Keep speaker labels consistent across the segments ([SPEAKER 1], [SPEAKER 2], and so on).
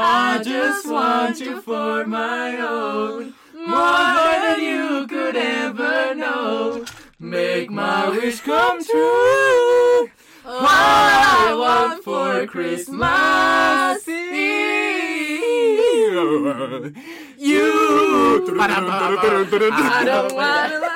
[SPEAKER 1] I just want you for my own, more than you could ever know. Make my wish come true. All I want for Christmas is you. I don't wanna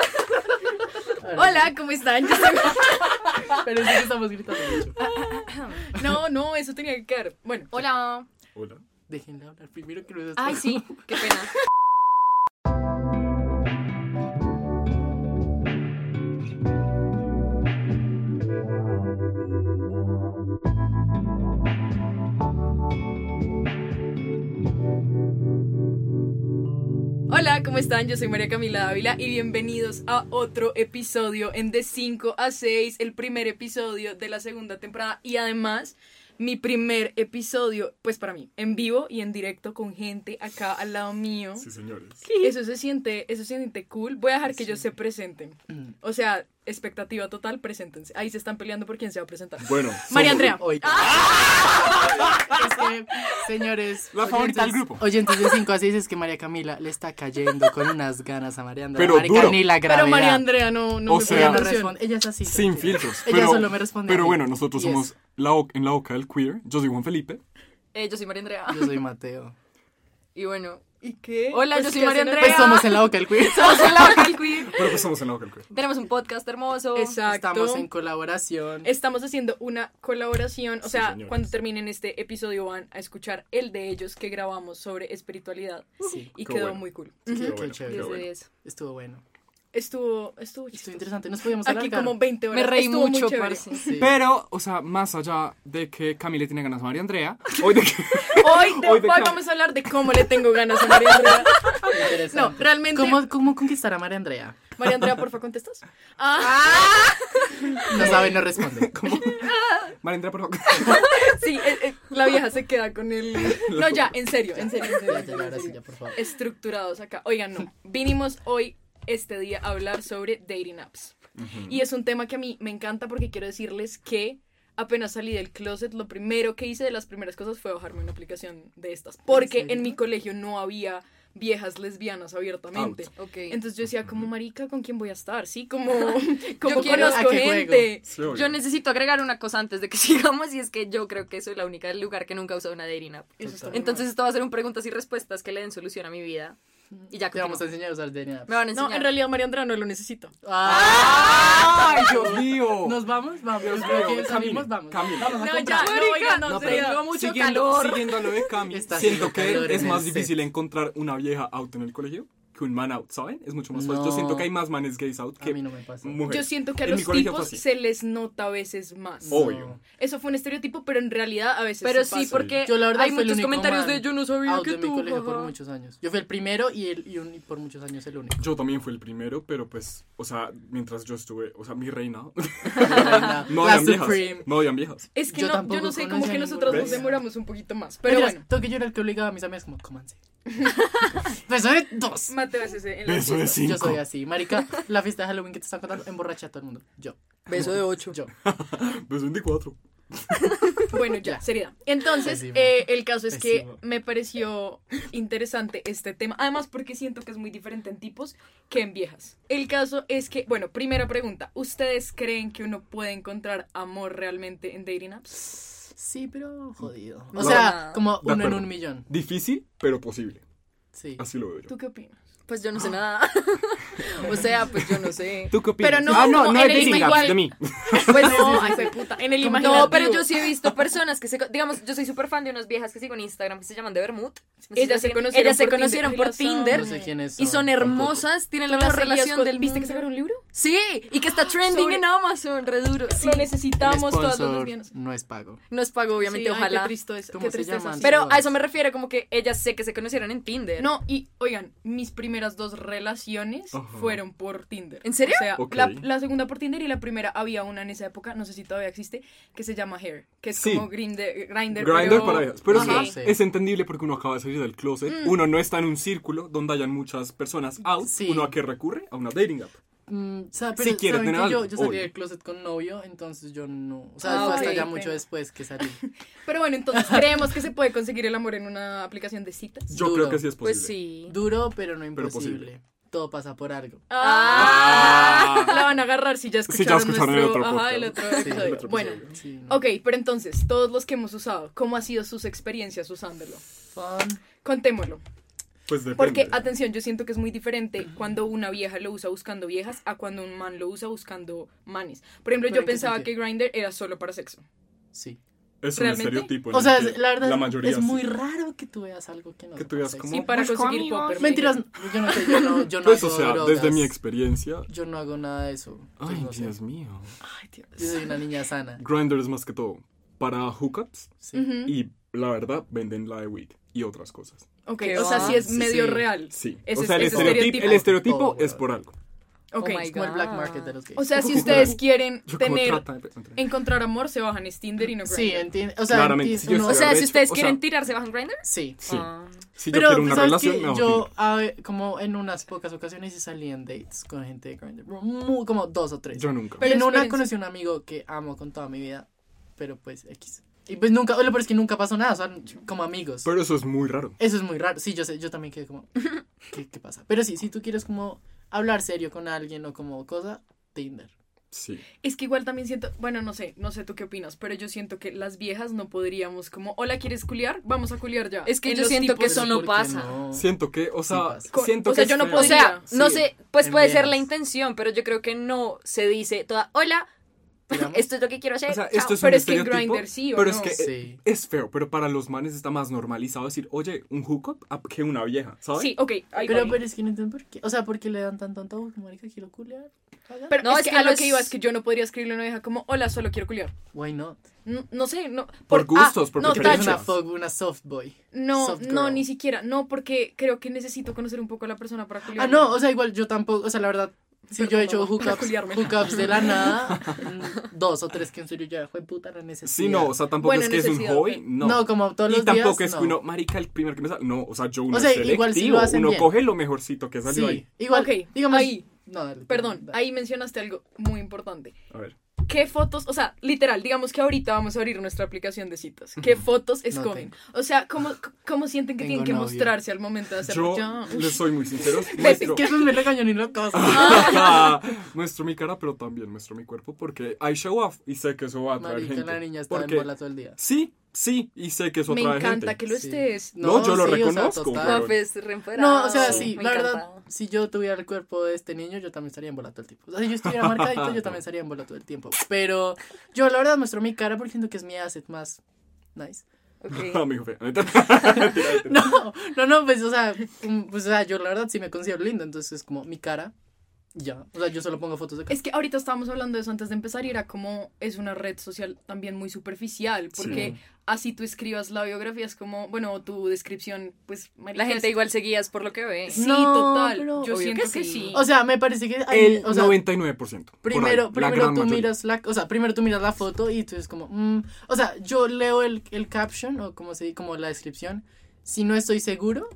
[SPEAKER 2] Hola, ¿cómo están? Yo soy-
[SPEAKER 3] Pero sí que estamos gritando mucho.
[SPEAKER 2] No, no, eso tenía que quedar. Bueno, hola.
[SPEAKER 1] Hola.
[SPEAKER 3] Déjenla hablar primero que
[SPEAKER 1] Ah,
[SPEAKER 3] lo
[SPEAKER 2] Ay, sí, qué pena. Hola, ¿cómo están? Yo soy María Camila Dávila y bienvenidos a otro episodio en de 5 a 6, el primer episodio de la segunda temporada y además mi primer episodio, pues para mí, en vivo y en directo con gente acá al lado mío.
[SPEAKER 1] Sí, señores.
[SPEAKER 2] Eso se siente, eso se siente cool. Voy a dejar que ellos se presenten.
[SPEAKER 1] Mm.
[SPEAKER 2] O sea, expectativa total, preséntense. Ahí se están peleando por quién se va a presentar.
[SPEAKER 1] Bueno,
[SPEAKER 2] María
[SPEAKER 1] somos-
[SPEAKER 2] Andrea.
[SPEAKER 3] Hoy. Es que, señores.
[SPEAKER 1] La favorita del grupo.
[SPEAKER 3] Oyentes de 5 a 6 es que María Camila le está cayendo con unas ganas a María Andrea.
[SPEAKER 1] Pero
[SPEAKER 3] Marica,
[SPEAKER 1] duro.
[SPEAKER 3] ni la gravedad.
[SPEAKER 2] Pero María Andrea no, no
[SPEAKER 1] O
[SPEAKER 2] me
[SPEAKER 1] sea,
[SPEAKER 2] pone
[SPEAKER 3] Ella no
[SPEAKER 2] atención.
[SPEAKER 3] responde. Ella es así.
[SPEAKER 1] Sin
[SPEAKER 3] tranquila.
[SPEAKER 1] filtros.
[SPEAKER 3] Ella
[SPEAKER 1] pero,
[SPEAKER 3] solo me responde a
[SPEAKER 1] Pero
[SPEAKER 3] mí.
[SPEAKER 1] bueno, nosotros
[SPEAKER 3] Y es-
[SPEAKER 1] somos la o- en la boca del queer. Yo soy Juan Felipe.
[SPEAKER 4] Eh, yo soy María Andrea.
[SPEAKER 3] Yo soy Mateo.
[SPEAKER 4] Y bueno,
[SPEAKER 2] ¿Y qué?
[SPEAKER 4] Hola, yo
[SPEAKER 2] Pues,
[SPEAKER 4] soy
[SPEAKER 2] ¿qué
[SPEAKER 4] María
[SPEAKER 2] hacen
[SPEAKER 4] Andrea.
[SPEAKER 3] Pues somos en la boca del queer.
[SPEAKER 4] somos el Agua del Queer.
[SPEAKER 1] Pero pues somos en la boca del queer.
[SPEAKER 4] Tenemos un podcast hermoso.
[SPEAKER 2] Exacto.
[SPEAKER 3] Estamos en colaboración.
[SPEAKER 2] Estamos haciendo una colaboración. O
[SPEAKER 1] Sí,
[SPEAKER 2] sea,
[SPEAKER 1] señores.
[SPEAKER 2] cuando terminen este episodio van a escuchar el de ellos que grabamos sobre espiritualidad.
[SPEAKER 3] Sí.
[SPEAKER 2] Y
[SPEAKER 1] Qué
[SPEAKER 2] quedó
[SPEAKER 1] bueno.
[SPEAKER 2] muy cool.
[SPEAKER 1] Qué
[SPEAKER 3] Qué chévere.
[SPEAKER 1] bueno, qué
[SPEAKER 4] Diez de
[SPEAKER 1] bueno.
[SPEAKER 4] diez.
[SPEAKER 3] Estuvo bueno.
[SPEAKER 2] Estuvo, estuvo
[SPEAKER 3] Estuvo
[SPEAKER 2] chistoso.
[SPEAKER 3] interesante. Nos podíamos
[SPEAKER 2] Aquí
[SPEAKER 3] alargar.
[SPEAKER 2] como 20 horas.
[SPEAKER 4] Me reí
[SPEAKER 2] Estuvo muy
[SPEAKER 4] mucho,
[SPEAKER 2] chévere.
[SPEAKER 4] parce.
[SPEAKER 3] Sí.
[SPEAKER 1] Pero, o sea, más allá de que Camila tiene ganas a María Andrea, hoy de que...
[SPEAKER 2] Hoy, de-
[SPEAKER 1] Hoy de
[SPEAKER 2] hoy
[SPEAKER 1] cam-
[SPEAKER 2] vamos a hablar de cómo le tengo ganas a María Andrea. No,
[SPEAKER 3] Interesante.
[SPEAKER 2] realmente.
[SPEAKER 3] ¿Cómo, ¿Cómo conquistar a María Andrea?
[SPEAKER 2] María Andrea, porfa, contestas. Ah,
[SPEAKER 3] No sabe, no responde.
[SPEAKER 1] ¿Cómo? María Andrea, por favor.
[SPEAKER 3] Ah,
[SPEAKER 2] sí, eh, eh, la vieja se queda con el. No, ya, en serio, en serio, en serio,
[SPEAKER 3] Ya, ya,
[SPEAKER 2] en serio,
[SPEAKER 3] ya,
[SPEAKER 2] en
[SPEAKER 3] ahora sí,
[SPEAKER 2] serio.
[SPEAKER 3] ya, por favor.
[SPEAKER 2] Estructurados acá. Oigan, no. Vinimos hoy, este día, a hablar sobre dating apps. Y es un tema que a mí me encanta porque quiero decirles que apenas salí del closet, lo primero que hice de las primeras cosas fue bajarme una aplicación de estas. Porque en
[SPEAKER 3] serio?
[SPEAKER 2] mi colegio no había viejas lesbianas abiertamente.
[SPEAKER 4] Ok.
[SPEAKER 2] Entonces yo decía, como marica, ¿con quién voy a estar? Sí, como, como
[SPEAKER 4] Yo quiero-
[SPEAKER 2] conozco
[SPEAKER 3] ¿A qué juego?
[SPEAKER 2] gente.
[SPEAKER 1] Sí, obvio.
[SPEAKER 4] yo necesito agregar una cosa antes de que sigamos y es que yo creo que soy la única del lugar que nunca ha usado una dating app.
[SPEAKER 2] Eso está
[SPEAKER 4] Entonces esto va a ser un preguntas y respuestas que le den solución a mi vida. Y ya
[SPEAKER 3] Te
[SPEAKER 4] continúo.
[SPEAKER 3] vamos a enseñar a Ah. usar DNA.
[SPEAKER 4] Me van a
[SPEAKER 2] No,
[SPEAKER 4] enseñar. Ah,
[SPEAKER 2] en realidad María Andrea no lo necesita.
[SPEAKER 1] ¡Ay, Dios mío!
[SPEAKER 3] ¿Nos vamos? Vamos.
[SPEAKER 1] Dios mío.
[SPEAKER 3] Creo que
[SPEAKER 1] Camila,
[SPEAKER 3] salimos, vamos.
[SPEAKER 1] Camila.
[SPEAKER 3] Vamos a
[SPEAKER 2] No, ya,
[SPEAKER 3] comprar.
[SPEAKER 2] no, oiga, no,
[SPEAKER 1] No,
[SPEAKER 2] se
[SPEAKER 1] pero
[SPEAKER 2] dio mucho
[SPEAKER 1] siguiendo,
[SPEAKER 2] calor.
[SPEAKER 1] siguiendo a lo de Cami,
[SPEAKER 3] Está
[SPEAKER 1] siento
[SPEAKER 3] haciendo calor
[SPEAKER 1] que es
[SPEAKER 3] en
[SPEAKER 1] más
[SPEAKER 3] el
[SPEAKER 1] difícil encontrar una vieja out en el colegio que un man out, ¿saben? Es mucho más fácil. Yo
[SPEAKER 3] No.
[SPEAKER 1] siento que hay más manes gays out
[SPEAKER 3] A
[SPEAKER 1] que
[SPEAKER 3] mí no me pasa.
[SPEAKER 1] mujeres.
[SPEAKER 2] Yo siento que a
[SPEAKER 1] En mi
[SPEAKER 2] los
[SPEAKER 1] colegio fue
[SPEAKER 2] tipos
[SPEAKER 1] así.
[SPEAKER 2] se les nota a veces más.
[SPEAKER 1] Oh. Obvio.
[SPEAKER 3] No.
[SPEAKER 2] Eso fue un estereotipo, pero en realidad a veces
[SPEAKER 4] Pero
[SPEAKER 2] se
[SPEAKER 4] sí,
[SPEAKER 2] pasa.
[SPEAKER 4] porque
[SPEAKER 3] Yo, la verdad,
[SPEAKER 4] hay
[SPEAKER 3] fue el
[SPEAKER 4] muchos
[SPEAKER 3] único
[SPEAKER 4] comentarios
[SPEAKER 3] man
[SPEAKER 4] de yo no sabía
[SPEAKER 3] Out
[SPEAKER 4] que
[SPEAKER 3] de mi
[SPEAKER 4] tú.
[SPEAKER 3] colegio por
[SPEAKER 4] jaja".
[SPEAKER 3] muchos años. Yo fui el primero y, el, y, un- y por muchos años el único.
[SPEAKER 1] Yo también fui el primero, pero pues, o sea, mientras yo estuve, o sea, mi reina,
[SPEAKER 3] La,
[SPEAKER 1] no
[SPEAKER 3] la
[SPEAKER 1] habían viejas.
[SPEAKER 3] Supreme.
[SPEAKER 1] No habían viejas.
[SPEAKER 2] Es que
[SPEAKER 3] Yo
[SPEAKER 2] no, yo
[SPEAKER 3] tampoco
[SPEAKER 2] no sé, como
[SPEAKER 3] conocí
[SPEAKER 2] que
[SPEAKER 3] a
[SPEAKER 2] nosotros
[SPEAKER 1] ninguna.
[SPEAKER 2] nos demoramos un poquito más.
[SPEAKER 3] Pero
[SPEAKER 2] Pero bueno,
[SPEAKER 3] tengo que yo era el que obligaba a mis amigas como, comanse. pues soy dos.
[SPEAKER 2] Mateo es ese. En la
[SPEAKER 1] Eso
[SPEAKER 2] fiesta.
[SPEAKER 1] es cinco.
[SPEAKER 3] Yo soy así. Marica, la fiesta de Halloween que te están contando emborracha a todo el mundo. Yo.
[SPEAKER 4] Beso de ocho.
[SPEAKER 3] Yo.
[SPEAKER 1] Pues 24.
[SPEAKER 2] Bueno, ya,
[SPEAKER 3] Ya.
[SPEAKER 2] seriedad. Entonces,
[SPEAKER 3] Pésimo.
[SPEAKER 2] eh, el caso es
[SPEAKER 3] Pésimo.
[SPEAKER 2] que me pareció interesante este tema. Además, porque siento que es muy diferente en tipos que en viejas. El caso es que, bueno, primera pregunta. ¿Ustedes creen que uno puede encontrar amor realmente en dating apps?
[SPEAKER 3] Sí, pero jodido. O
[SPEAKER 4] No.
[SPEAKER 3] sea, como
[SPEAKER 1] De
[SPEAKER 3] uno en
[SPEAKER 1] acuerdo.
[SPEAKER 3] un millón.
[SPEAKER 1] Difícil, pero posible.
[SPEAKER 3] Sí.
[SPEAKER 1] Así lo veo yo.
[SPEAKER 2] ¿Tú qué opinas?
[SPEAKER 4] Pues yo no sé nada. o sea, pues yo no sé.
[SPEAKER 1] ¿Tú qué
[SPEAKER 2] opinas? Pero no, Ah, no, como no en es el de Singa, igual- de
[SPEAKER 1] mí.
[SPEAKER 2] Pues no, ay, fue puta. En el imaginativo.
[SPEAKER 4] No, pero yo sí he visto personas que se. co- Digamos, yo soy súper fan de unas viejas que sigo en Instagram que se llaman de Bermud. No sé si
[SPEAKER 2] Ellas
[SPEAKER 4] las
[SPEAKER 2] se
[SPEAKER 4] siguen.
[SPEAKER 2] conocieron
[SPEAKER 4] Ellas se
[SPEAKER 2] por
[SPEAKER 4] conocieron
[SPEAKER 2] Tinder.
[SPEAKER 4] por Tinder.
[SPEAKER 3] No sé quiénes
[SPEAKER 4] Y son hermosas, tienen la mejor relación del
[SPEAKER 2] ¿Viste que
[SPEAKER 4] mundo.
[SPEAKER 2] sacaron un libro?
[SPEAKER 4] Sí, y que está trending
[SPEAKER 2] Sobre-
[SPEAKER 4] en Amazon, re duro. Sí.
[SPEAKER 2] Lo necesitamos
[SPEAKER 3] Tampoco. El
[SPEAKER 2] todas las
[SPEAKER 3] sponsor
[SPEAKER 2] lesbianas.
[SPEAKER 3] no es pago.
[SPEAKER 4] Nos pagó, obviamente,
[SPEAKER 2] Sí, ay,
[SPEAKER 4] ojalá.
[SPEAKER 2] qué tristeza.
[SPEAKER 3] ¿Cómo
[SPEAKER 2] Qué
[SPEAKER 3] se
[SPEAKER 2] tristeza.
[SPEAKER 3] llaman?
[SPEAKER 2] sí.
[SPEAKER 4] Pero a eso me refiero, como que ellas sé que se conocieron en Tinder.
[SPEAKER 2] No, y oigan, mis primeras dos relaciones
[SPEAKER 1] Ajá.
[SPEAKER 2] fueron por Tinder.
[SPEAKER 4] ¿En serio?
[SPEAKER 2] O sea,
[SPEAKER 1] Ok.
[SPEAKER 2] la, la segunda por Tinder y la primera había una en esa época, no sé si todavía existe, que se llama Hair, que es
[SPEAKER 1] Sí.
[SPEAKER 2] como Grindr, Grindr,
[SPEAKER 1] Grinder
[SPEAKER 2] pero-
[SPEAKER 1] para viejas. Pero
[SPEAKER 2] Ajá.
[SPEAKER 1] es, es entendible porque uno acaba de salir del closet. Uno no está en un círculo donde hayan muchas personas out.
[SPEAKER 3] Mm. Sí.
[SPEAKER 1] ¿Uno a qué recurre? A una dating app.
[SPEAKER 3] mm, o sea,
[SPEAKER 1] Si
[SPEAKER 3] pero
[SPEAKER 1] quiere
[SPEAKER 3] ¿saben
[SPEAKER 1] tener
[SPEAKER 3] que
[SPEAKER 1] algo,
[SPEAKER 3] yo, yo salí
[SPEAKER 1] obvio.
[SPEAKER 3] del closet con novio, entonces yo no. O
[SPEAKER 2] Ah,
[SPEAKER 3] sea, fue hasta
[SPEAKER 2] ok,
[SPEAKER 3] ya
[SPEAKER 2] qué
[SPEAKER 3] mucho
[SPEAKER 2] pena.
[SPEAKER 3] después que salí.
[SPEAKER 2] Pero bueno, entonces creemos que se puede conseguir el amor en una aplicación de citas.
[SPEAKER 1] Yo creo
[SPEAKER 3] Duro.
[SPEAKER 1] que sí es posible.
[SPEAKER 4] Pues sí.
[SPEAKER 3] Duro, pero no
[SPEAKER 1] Pero
[SPEAKER 3] imposible.
[SPEAKER 1] posible.
[SPEAKER 3] Todo pasa por algo.
[SPEAKER 2] Ah,
[SPEAKER 1] Ah.
[SPEAKER 2] La van a agarrar si ya
[SPEAKER 1] Si ya
[SPEAKER 2] escucharon,
[SPEAKER 1] escucharon el
[SPEAKER 2] nuestro,
[SPEAKER 1] otro
[SPEAKER 2] ajá,
[SPEAKER 1] podcast.
[SPEAKER 2] el otro
[SPEAKER 3] Sí, el
[SPEAKER 2] episodio.
[SPEAKER 1] otro
[SPEAKER 2] Bueno,
[SPEAKER 1] episodio.
[SPEAKER 3] Sí, no.
[SPEAKER 2] ok, pero entonces, todos los que hemos usado, ¿cómo han sido sus experiencias usándolo?
[SPEAKER 3] Fun.
[SPEAKER 2] Contémoslo.
[SPEAKER 1] Pues depende.
[SPEAKER 2] Porque, atención, yo siento que es muy diferente cuando una vieja lo usa buscando viejas a cuando un man lo usa buscando manes. Por
[SPEAKER 3] ¿Pero
[SPEAKER 2] ejemplo, yo
[SPEAKER 3] en qué
[SPEAKER 2] pensaba que
[SPEAKER 3] sentido?
[SPEAKER 2] Grindr era solo para sexo.
[SPEAKER 3] Sí.
[SPEAKER 1] es un
[SPEAKER 2] ¿realmente?
[SPEAKER 1] estereotipo. en
[SPEAKER 3] O
[SPEAKER 1] el
[SPEAKER 3] sea,
[SPEAKER 1] que
[SPEAKER 3] es- la verdad es-
[SPEAKER 1] mayoría
[SPEAKER 3] es muy
[SPEAKER 1] sí.
[SPEAKER 3] raro que tú veas algo que no
[SPEAKER 1] Que
[SPEAKER 3] sea
[SPEAKER 1] tú veas
[SPEAKER 3] sexy.
[SPEAKER 1] como-
[SPEAKER 2] Y para
[SPEAKER 1] Busco
[SPEAKER 2] conseguir
[SPEAKER 1] amigos.
[SPEAKER 2] popper.
[SPEAKER 3] Mentiras, yo no sé, yo no, yo no
[SPEAKER 1] Pues, o
[SPEAKER 3] hago
[SPEAKER 1] sea,
[SPEAKER 3] drogas.
[SPEAKER 1] desde mi experiencia.
[SPEAKER 3] Yo no hago nada de eso. Entonces,
[SPEAKER 1] Ay,
[SPEAKER 3] no sé.
[SPEAKER 1] Dios mío.
[SPEAKER 2] Ay, Dios.
[SPEAKER 3] Yo soy una niña sana.
[SPEAKER 1] Grindr es más que todo para hookups
[SPEAKER 3] Sí.
[SPEAKER 2] Ujú.
[SPEAKER 1] y la verdad venden la de weed y otras cosas.
[SPEAKER 2] Ok,
[SPEAKER 4] Qué
[SPEAKER 2] o sea,
[SPEAKER 4] va.
[SPEAKER 2] sí es
[SPEAKER 3] Sí,
[SPEAKER 2] medio
[SPEAKER 3] sí.
[SPEAKER 2] real.
[SPEAKER 1] Sí.
[SPEAKER 2] Ese
[SPEAKER 1] o
[SPEAKER 2] es-
[SPEAKER 1] sea, el,
[SPEAKER 2] ese
[SPEAKER 1] estereotipo, el estereotipo
[SPEAKER 3] Todo,
[SPEAKER 1] es
[SPEAKER 3] weón.
[SPEAKER 1] por algo.
[SPEAKER 2] Ok.
[SPEAKER 4] Oh my
[SPEAKER 3] Es como el black
[SPEAKER 4] God.
[SPEAKER 3] market de los gays.
[SPEAKER 2] O sea, si
[SPEAKER 1] Como
[SPEAKER 2] ustedes
[SPEAKER 1] trata-
[SPEAKER 2] quieren
[SPEAKER 1] Yo como
[SPEAKER 2] tener,
[SPEAKER 1] trata de-
[SPEAKER 2] encontrar amor, se bajan es Tinder y no Grindr.
[SPEAKER 3] sí, entiende. O sea,
[SPEAKER 1] Claramente,
[SPEAKER 3] enti-
[SPEAKER 1] si yo
[SPEAKER 3] uno-
[SPEAKER 4] O sea,
[SPEAKER 1] Arrecho,
[SPEAKER 4] si ustedes
[SPEAKER 1] o sea-
[SPEAKER 4] quieren tirar, ¿se bajan Grindr?
[SPEAKER 3] sí.
[SPEAKER 1] Sí.
[SPEAKER 4] Ah.
[SPEAKER 1] Si yo
[SPEAKER 3] Pero,
[SPEAKER 1] quiero una
[SPEAKER 3] ¿sabes
[SPEAKER 1] relación,
[SPEAKER 3] qué?
[SPEAKER 1] me hago
[SPEAKER 3] Yo,
[SPEAKER 1] Tinder.
[SPEAKER 3] a ver, como en unas pocas ocasiones sí salí en dates con gente de Grindr. pero muy- como dos o tres.
[SPEAKER 1] Yo nunca.
[SPEAKER 2] Pero
[SPEAKER 3] y en una
[SPEAKER 2] espérense.
[SPEAKER 3] conocí a un amigo que amo con toda mi vida, pero pues X. Y pues nunca, lo peor es que nunca pasó nada, o sea, como amigos.
[SPEAKER 1] Pero eso es muy raro.
[SPEAKER 3] Eso es muy raro. Sí, yo sé, yo también quedé como, ¿qué, qué pasa? Pero sí, si tú quieres como hablar serio con alguien o como cosa, Tinder.
[SPEAKER 1] Sí.
[SPEAKER 2] Es que igual también siento, bueno, no sé, no sé tú qué opinas, pero yo siento que las viejas no podríamos como, hola, ¿quieres culiar? Vamos a culiar ya.
[SPEAKER 4] Es que
[SPEAKER 2] En
[SPEAKER 4] yo
[SPEAKER 2] los
[SPEAKER 4] siento
[SPEAKER 2] tipos-
[SPEAKER 4] que son- Eso no
[SPEAKER 3] ¿Por qué
[SPEAKER 4] pasa.
[SPEAKER 1] Siento que, o sea,
[SPEAKER 3] Ah. Sí
[SPEAKER 2] pasa.
[SPEAKER 1] siento
[SPEAKER 2] O sea,
[SPEAKER 1] que
[SPEAKER 2] yo
[SPEAKER 1] es
[SPEAKER 2] no
[SPEAKER 1] feo.
[SPEAKER 4] O sea,
[SPEAKER 1] Sí.
[SPEAKER 4] no sé, pues
[SPEAKER 3] En
[SPEAKER 4] puede ser la
[SPEAKER 3] viejas.
[SPEAKER 4] intención, pero yo creo que no se dice toda, hola,
[SPEAKER 3] Digamos.
[SPEAKER 4] esto es lo que quiero hacer.
[SPEAKER 1] O sea,
[SPEAKER 4] chao".
[SPEAKER 1] esto es
[SPEAKER 2] ah, Pero
[SPEAKER 1] un
[SPEAKER 2] es que en
[SPEAKER 1] estereotipo,
[SPEAKER 2] Grindr sí, ¿o
[SPEAKER 1] Pero
[SPEAKER 2] no?
[SPEAKER 1] es que
[SPEAKER 3] Sí.
[SPEAKER 1] es feo, pero para los manes está más normalizado decir, oye, un hookup a- que una vieja, ¿sabes?
[SPEAKER 2] Sí, ok, ahí
[SPEAKER 3] Pero,
[SPEAKER 2] voy.
[SPEAKER 3] pero es que no entiendo por qué. O sea, ¿por qué le dan tan tonto? Uy, marica, quiero culiar. Hagan.
[SPEAKER 2] Pero
[SPEAKER 4] No,
[SPEAKER 2] es,
[SPEAKER 4] es
[SPEAKER 2] que,
[SPEAKER 4] que
[SPEAKER 2] a
[SPEAKER 4] no
[SPEAKER 2] lo que
[SPEAKER 4] es-
[SPEAKER 2] iba es que yo no podría escribirle a una vieja como, hola, solo quiero culiar.
[SPEAKER 3] Why not?
[SPEAKER 2] No, no sé, no. ah,
[SPEAKER 1] Por gustos, por
[SPEAKER 2] no,
[SPEAKER 3] Porque eres
[SPEAKER 1] preferencias.
[SPEAKER 2] tacho.
[SPEAKER 3] una, fuck, una soft boy.
[SPEAKER 2] No,
[SPEAKER 3] soft
[SPEAKER 2] no,
[SPEAKER 3] girl.
[SPEAKER 2] ni siquiera. No, porque creo que necesito conocer un poco a la persona para culiar.
[SPEAKER 3] Ah, no, o sea, igual yo tampoco, o sea, la verdad, si yo he hecho
[SPEAKER 2] Perdón, para
[SPEAKER 3] hookups,
[SPEAKER 2] culiarme.
[SPEAKER 3] hookups de la nada, mm, dos o tres que en serio ya fue puta la necesidad.
[SPEAKER 1] Sí, no, o sea, tampoco
[SPEAKER 2] Bueno,
[SPEAKER 1] es que es un
[SPEAKER 2] necesidad,
[SPEAKER 1] hobby,
[SPEAKER 2] ok.
[SPEAKER 1] no.
[SPEAKER 3] No, como todos
[SPEAKER 1] y
[SPEAKER 3] los
[SPEAKER 1] tampoco
[SPEAKER 3] días,
[SPEAKER 1] es
[SPEAKER 3] no.
[SPEAKER 1] que uno, marica, el primer que me sale. No, o sea, yo uno
[SPEAKER 3] sea,
[SPEAKER 1] es
[SPEAKER 3] igual sí lo
[SPEAKER 1] selectivo,
[SPEAKER 3] hacen
[SPEAKER 1] uno
[SPEAKER 3] bien.
[SPEAKER 1] coge lo mejorcito que salió
[SPEAKER 3] Sí,
[SPEAKER 1] ahí.
[SPEAKER 3] igual,
[SPEAKER 2] Ok,
[SPEAKER 3] digamos,
[SPEAKER 2] ahí.
[SPEAKER 3] no, dale,
[SPEAKER 2] Perdón,
[SPEAKER 3] dale.
[SPEAKER 2] ahí mencionaste algo muy importante.
[SPEAKER 1] A ver,
[SPEAKER 2] ¿Qué fotos? O sea, literal, digamos que ahorita vamos a abrir nuestra aplicación de citas. ¿Qué fotos escogen? o sea, ¿cómo, cómo sienten que
[SPEAKER 3] Tengo
[SPEAKER 2] tienen que
[SPEAKER 3] novio.
[SPEAKER 2] mostrarse al momento de hacerlo?
[SPEAKER 1] yo
[SPEAKER 2] Ya.
[SPEAKER 1] les soy muy sincero.
[SPEAKER 3] Es
[SPEAKER 1] muestro,
[SPEAKER 3] que eso es verle cañón y no
[SPEAKER 1] Ah,
[SPEAKER 3] cosa.
[SPEAKER 1] muestro mi cara, pero también muestro mi cuerpo porque I show off y sé que eso va a atraer
[SPEAKER 3] Marica,
[SPEAKER 1] gente.
[SPEAKER 3] la niña estaba en
[SPEAKER 1] Porque-
[SPEAKER 3] bola todo el día.
[SPEAKER 1] Sí, sí, y sé que eso
[SPEAKER 2] Me
[SPEAKER 1] atrae
[SPEAKER 2] encanta
[SPEAKER 1] gente.
[SPEAKER 2] que lo
[SPEAKER 3] Sí.
[SPEAKER 2] estés.
[SPEAKER 1] No, yo lo
[SPEAKER 3] sí, o sea,
[SPEAKER 1] reconozco,
[SPEAKER 3] total.
[SPEAKER 1] pero-
[SPEAKER 4] No, pues, re empoderado.
[SPEAKER 3] No, o sea,
[SPEAKER 1] Sí,
[SPEAKER 3] sí,
[SPEAKER 4] me
[SPEAKER 3] la
[SPEAKER 4] encanta.
[SPEAKER 3] verdad, si yo tuviera el cuerpo de este niño, yo también estaría en bola todo el tiempo. O sea, si yo estuviera marcadito, yo también estaría en bola todo el tiempo. Pero yo, la verdad, muestro mi cara porque siento que es mi asset más nice.
[SPEAKER 1] Ah,
[SPEAKER 4] Ok.
[SPEAKER 1] mi jefe. Mentira, mentira.
[SPEAKER 3] No, no, no, pues, o sea, mm, pues, o sea, yo la verdad sí me considero lindo, entonces es como mi cara, ya. O sea, yo solo pongo fotos de cara.
[SPEAKER 2] Es que ahorita estábamos hablando de eso antes de empezar y era como es una red social también muy superficial, porque así tú escribas la biografía, es como, bueno, tu descripción, pues, marica,
[SPEAKER 4] La gente
[SPEAKER 2] es-
[SPEAKER 4] igual seguías por lo que ve.
[SPEAKER 2] Sí,
[SPEAKER 3] No,
[SPEAKER 2] total.
[SPEAKER 3] pero-
[SPEAKER 2] Yo
[SPEAKER 4] Obvio
[SPEAKER 2] siento que
[SPEAKER 4] que
[SPEAKER 2] sí.
[SPEAKER 4] sí.
[SPEAKER 3] O sea, me parece que hay-
[SPEAKER 1] El
[SPEAKER 3] o sea,
[SPEAKER 1] 99%. por ahí,
[SPEAKER 3] Primero,
[SPEAKER 1] la
[SPEAKER 3] primero
[SPEAKER 1] gran
[SPEAKER 3] tú
[SPEAKER 1] mayoría.
[SPEAKER 3] miras la, o sea, primero tú miras la foto y tú es como, mm, o sea, yo leo el, el caption o como se dice, como la descripción, si no estoy seguro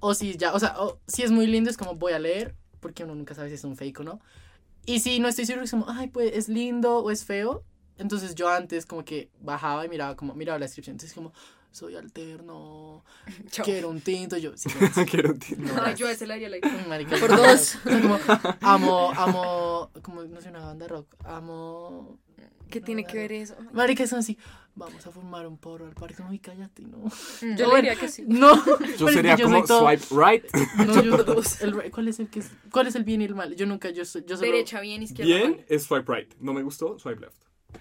[SPEAKER 3] o si ya, o sea, o si es muy lindo es como voy a leer porque uno nunca sabe si es un fake o no. Y si no estoy seguro es como, ay, pues es lindo o es feo. Entonces yo antes como que bajaba y miraba como miraba la descripción, entonces como soy alterno,
[SPEAKER 2] Chao.
[SPEAKER 3] quiero un tinto, yo sí,
[SPEAKER 1] Quiero un tinto.
[SPEAKER 3] no,
[SPEAKER 2] Ay, yo a ese le haría like.
[SPEAKER 3] Marica,
[SPEAKER 4] Por
[SPEAKER 3] no,
[SPEAKER 4] dos.
[SPEAKER 3] o sea, como, amo, amo, como no sé, una banda de rock, amo.
[SPEAKER 4] ¿Qué
[SPEAKER 3] no,
[SPEAKER 4] tiene
[SPEAKER 3] no,
[SPEAKER 4] que
[SPEAKER 3] no.
[SPEAKER 4] ver eso?
[SPEAKER 3] Marica, son así, vamos a formar un porro al parque, no, y cállate, no.
[SPEAKER 2] Mm.
[SPEAKER 4] Yo le diría que sí.
[SPEAKER 3] No,
[SPEAKER 1] Yo
[SPEAKER 3] Pero es
[SPEAKER 1] sería
[SPEAKER 3] que
[SPEAKER 1] como
[SPEAKER 3] soy todo-
[SPEAKER 1] swipe right.
[SPEAKER 3] no, yo el- ¿cuál, es el que es- ¿Cuál es el bien y el mal? Yo nunca, yo, soy- yo solo.
[SPEAKER 2] Derecha, bien, izquierda.
[SPEAKER 1] Bien es swipe right. No me gustó, swipe left.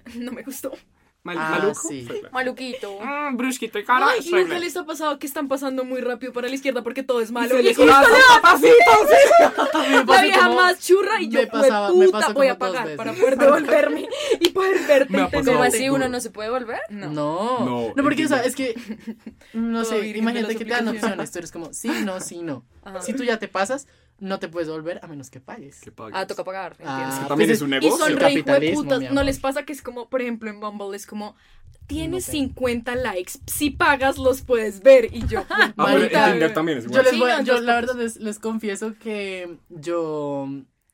[SPEAKER 2] mal. No me gustó.
[SPEAKER 1] Mal,
[SPEAKER 3] Ah,
[SPEAKER 1] maluco,
[SPEAKER 3] sí.
[SPEAKER 1] swipe left.
[SPEAKER 4] Maluquito.
[SPEAKER 1] Mm, brusquito y cara,
[SPEAKER 2] Ay,
[SPEAKER 1] swipe
[SPEAKER 2] nunca
[SPEAKER 1] left.
[SPEAKER 2] les ha pasado que están pasando muy rápido para la izquierda porque todo es malo.
[SPEAKER 1] Se
[SPEAKER 2] Y
[SPEAKER 1] le
[SPEAKER 2] es como,
[SPEAKER 1] corazan papacitos.
[SPEAKER 3] A mí me
[SPEAKER 2] la
[SPEAKER 3] pasa
[SPEAKER 2] vieja
[SPEAKER 3] como-
[SPEAKER 2] más churra y yo,
[SPEAKER 3] me pasaba- me
[SPEAKER 2] puta,
[SPEAKER 3] pasó
[SPEAKER 2] voy a
[SPEAKER 3] como dos
[SPEAKER 2] pagar
[SPEAKER 3] veces.
[SPEAKER 2] para poder devolverme y poder verte.
[SPEAKER 1] Me ha
[SPEAKER 2] y tener-
[SPEAKER 4] ¿Cómo
[SPEAKER 1] pasado.
[SPEAKER 4] así
[SPEAKER 1] duro.
[SPEAKER 4] uno no se puede volver?
[SPEAKER 2] No.
[SPEAKER 3] No.
[SPEAKER 1] No,
[SPEAKER 3] No, porque, o sea, es
[SPEAKER 1] entiendo.
[SPEAKER 3] que, no
[SPEAKER 2] Todo
[SPEAKER 3] sé,
[SPEAKER 2] virgen de
[SPEAKER 3] imagínate
[SPEAKER 2] las
[SPEAKER 3] que te dan
[SPEAKER 2] aplicaciones.
[SPEAKER 3] opciones, tú eres como, sí, no, sí, no.
[SPEAKER 4] Ajá.
[SPEAKER 3] Si tú ya te pasas, no te puedes volver a menos que pagues.
[SPEAKER 1] Que pagues.
[SPEAKER 4] Ah, toca pagar.
[SPEAKER 3] Ah,
[SPEAKER 1] Es que
[SPEAKER 4] entiendo.
[SPEAKER 1] también
[SPEAKER 3] pues
[SPEAKER 1] es un
[SPEAKER 2] Y
[SPEAKER 1] negocio.
[SPEAKER 2] son
[SPEAKER 3] El
[SPEAKER 2] re hijo de
[SPEAKER 3] capitalismo,
[SPEAKER 2] putas.
[SPEAKER 3] mi
[SPEAKER 2] ¿No
[SPEAKER 3] amor.
[SPEAKER 2] les pasa que es como, por ejemplo, en Bumble es como, tienes
[SPEAKER 3] No tengo.
[SPEAKER 2] 50 likes, si pagas los puedes ver. Y yo, "Pues,
[SPEAKER 1] Ah, pero en
[SPEAKER 3] Marica,
[SPEAKER 1] Tinder también es
[SPEAKER 3] Yo
[SPEAKER 1] igual.
[SPEAKER 3] les
[SPEAKER 2] Sí,
[SPEAKER 3] voy,
[SPEAKER 2] no,
[SPEAKER 3] yo
[SPEAKER 2] entonces,
[SPEAKER 3] la verdad les, les confieso que yo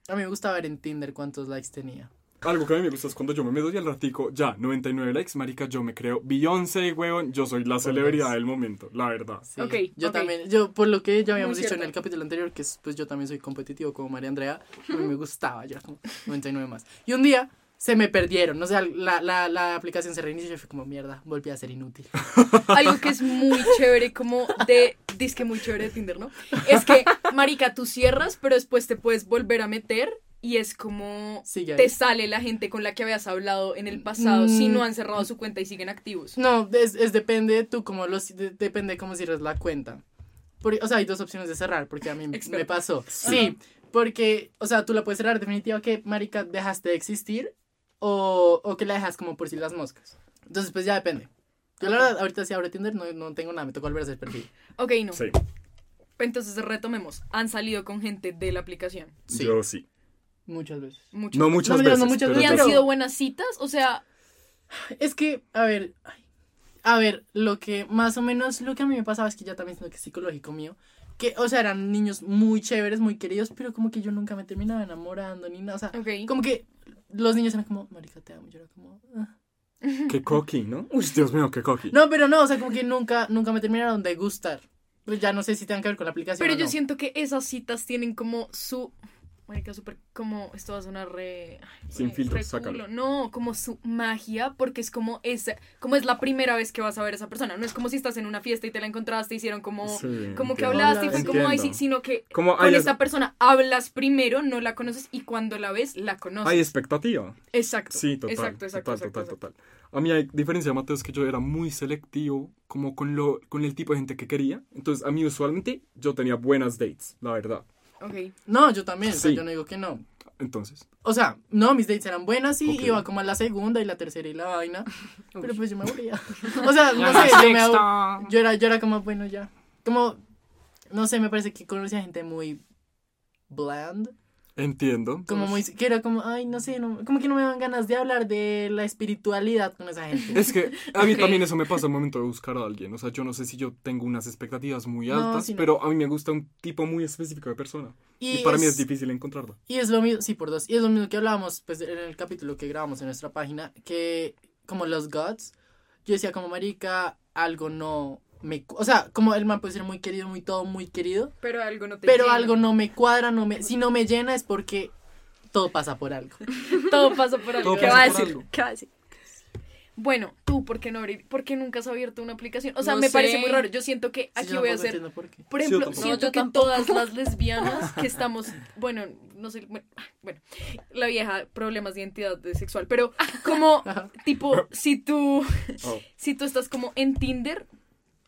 [SPEAKER 3] A mí me gusta ver en Tinder cuántos likes tenía.
[SPEAKER 1] Algo que a mí me gusta es cuando yo me meto y al ratico, ya, 99 likes, marica, yo me creo Beyoncé, weón, yo soy la celebridad del momento, la verdad.
[SPEAKER 3] Sí,
[SPEAKER 4] Ok,
[SPEAKER 3] yo
[SPEAKER 4] ok.
[SPEAKER 3] también, yo por lo que ya habíamos
[SPEAKER 2] Muy
[SPEAKER 3] dicho en
[SPEAKER 2] cierto.
[SPEAKER 3] el capítulo anterior, que es, pues yo también soy competitivo como María Andrea, a mí me gustaba, yo era como 99 más. Y un día se me perdieron, o sea, la, la, la aplicación se reinició y yo fui como mierda, volví a ser inútil.
[SPEAKER 2] Algo que es muy chévere, como de. Dice que muy chévere de Tinder, ¿no? Es que, Marica, tú cierras, pero después te puedes volver a meter y es como.
[SPEAKER 3] Sigue ahí.
[SPEAKER 2] Te sale la gente con la que habías hablado en el pasado si
[SPEAKER 3] Mm.
[SPEAKER 2] no han cerrado su cuenta y siguen activos.
[SPEAKER 3] No, es, es depende tú como los de- depende cómo cierres la cuenta. Por- o sea, hay dos opciones de cerrar, porque a mí
[SPEAKER 2] Experta.
[SPEAKER 3] me pasó. Sí, porque, o sea, tú la puedes cerrar definitiva que marica dejaste de existir o, o que la dejas como por si las moscas. Entonces, pues ya depende. Yo la verdad, ahorita si abro Tinder no, no tengo nada, me tocó volver a hacer perfil.
[SPEAKER 2] Ok, no.
[SPEAKER 1] Sí,
[SPEAKER 2] Entonces retomemos. Han salido con gente de la aplicación.
[SPEAKER 3] Sí.
[SPEAKER 1] yo sí.
[SPEAKER 3] Muchas veces.
[SPEAKER 2] Mucho.
[SPEAKER 1] No muchas
[SPEAKER 3] No, mira, no
[SPEAKER 1] veces.
[SPEAKER 3] muchas
[SPEAKER 1] pero
[SPEAKER 2] ¿Y
[SPEAKER 3] veces.
[SPEAKER 2] han
[SPEAKER 1] yo sí.
[SPEAKER 2] sido buenas citas? O sea,
[SPEAKER 3] Es que, a ver, ay, a ver, lo que más o menos, lo que a mí me pasaba es que ya también es lo que es psicológico mío, que, o sea, eran niños muy chéveres, muy queridos, pero como que yo nunca me terminaba enamorando ni nada, o sea,
[SPEAKER 2] ok.
[SPEAKER 3] como que los niños eran como, marica, te amo, yo era como... "Ah".
[SPEAKER 1] Qué coqui, ¿no? Uy, Dios mío, qué coqui.
[SPEAKER 3] No, pero no, o sea, como que nunca, nunca me terminaron de gustar. Pues ya no sé si tengan que ver con la aplicación
[SPEAKER 2] Pero
[SPEAKER 3] o
[SPEAKER 2] yo
[SPEAKER 3] no.
[SPEAKER 2] siento que esas citas tienen como su. Marica, súper. Como. Esto va a sonar re. ay,
[SPEAKER 1] Sin
[SPEAKER 2] re-
[SPEAKER 1] filtros,
[SPEAKER 2] re
[SPEAKER 1] sácalo.
[SPEAKER 2] culo. No, como su magia, porque es como esa. Como es la primera vez que vas a ver a esa persona. No es como si estás en una fiesta y te la encontraste, hicieron como.
[SPEAKER 1] Sí,
[SPEAKER 2] como que
[SPEAKER 1] entiendo.
[SPEAKER 2] hablaste y fue como. Ay, sí,
[SPEAKER 1] Entiendo.
[SPEAKER 2] sino que.
[SPEAKER 1] Como
[SPEAKER 2] Con
[SPEAKER 1] hay,
[SPEAKER 2] esta persona hablas primero, no la conoces y cuando la ves, la conoces.
[SPEAKER 1] hay expectativa.
[SPEAKER 2] Exacto.
[SPEAKER 1] Sí, total.
[SPEAKER 2] Exacto, exacto,
[SPEAKER 1] total,
[SPEAKER 2] exacto,
[SPEAKER 1] total, total. A mí, a diferencia de Mateo, es que yo era muy selectivo como con, lo, con el tipo de gente que quería. Entonces, a mí usualmente yo tenía buenas dates, la verdad.
[SPEAKER 2] Ok.
[SPEAKER 3] No, yo también, o sea,
[SPEAKER 1] Sí.
[SPEAKER 3] yo no digo que no.
[SPEAKER 1] Entonces,
[SPEAKER 3] O sea, no, mis dates eran buenas y
[SPEAKER 1] Ok.
[SPEAKER 3] iba como a la segunda y la tercera y la vaina. Pero pues yo me aburría. O sea, no sé, yo, me abur- yo era, yo era como, bueno, ya. Como, no sé, me parece que conocí a gente muy bland.
[SPEAKER 1] entiendo.
[SPEAKER 3] Como muy, que era como, ay, no sé, no- como que no me dan ganas de hablar de la espiritualidad con esa gente.
[SPEAKER 1] Es que a mí
[SPEAKER 4] Ok.
[SPEAKER 1] también eso me pasa al momento de buscar a alguien. O sea, yo no sé si yo tengo unas expectativas muy
[SPEAKER 3] No,
[SPEAKER 1] altas,
[SPEAKER 3] sí, no.
[SPEAKER 1] pero a mí me gusta un tipo muy específico de persona. Y, para mí es difícil encontrarlo.
[SPEAKER 3] Y es lo mismo, sí, por dos. Y es lo mismo que hablábamos pues, en el capítulo que grabamos en nuestra página, que como los gods, yo decía como marica, algo no me... cu- O sea, como el man puede ser muy querido, muy todo, muy querido,
[SPEAKER 2] Pero algo no te
[SPEAKER 3] pero
[SPEAKER 2] llena.
[SPEAKER 3] algo no me cuadra, no me, si no me llena es porque todo pasa por algo.
[SPEAKER 2] Todo pasa por algo.
[SPEAKER 1] Todo
[SPEAKER 4] ¿Qué
[SPEAKER 1] pasa
[SPEAKER 4] va a
[SPEAKER 1] por
[SPEAKER 4] decir?
[SPEAKER 1] algo.
[SPEAKER 4] ¿Qué va a decir?
[SPEAKER 2] Bueno, tú, ¿por qué no abrir? ¿Por qué nunca has abierto una aplicación? O sea,
[SPEAKER 4] No
[SPEAKER 2] me
[SPEAKER 4] sé.
[SPEAKER 2] parece muy raro. Yo siento que
[SPEAKER 3] Sí,
[SPEAKER 2] aquí
[SPEAKER 3] yo
[SPEAKER 2] voy a
[SPEAKER 3] tampoco
[SPEAKER 2] hacer.
[SPEAKER 3] entiendo por qué.
[SPEAKER 2] Por
[SPEAKER 1] Sí, yo
[SPEAKER 2] ejemplo,
[SPEAKER 1] tampoco.
[SPEAKER 2] siento
[SPEAKER 4] No, yo
[SPEAKER 2] que
[SPEAKER 4] tampoco.
[SPEAKER 2] todas las lesbianas que estamos. Bueno, no sé. Bueno, ah, bueno, la vieja, problemas de identidad de sexual. Pero como,
[SPEAKER 3] Ajá.
[SPEAKER 2] tipo, si tú.
[SPEAKER 1] Oh.
[SPEAKER 2] Si tú estás como en Tinder.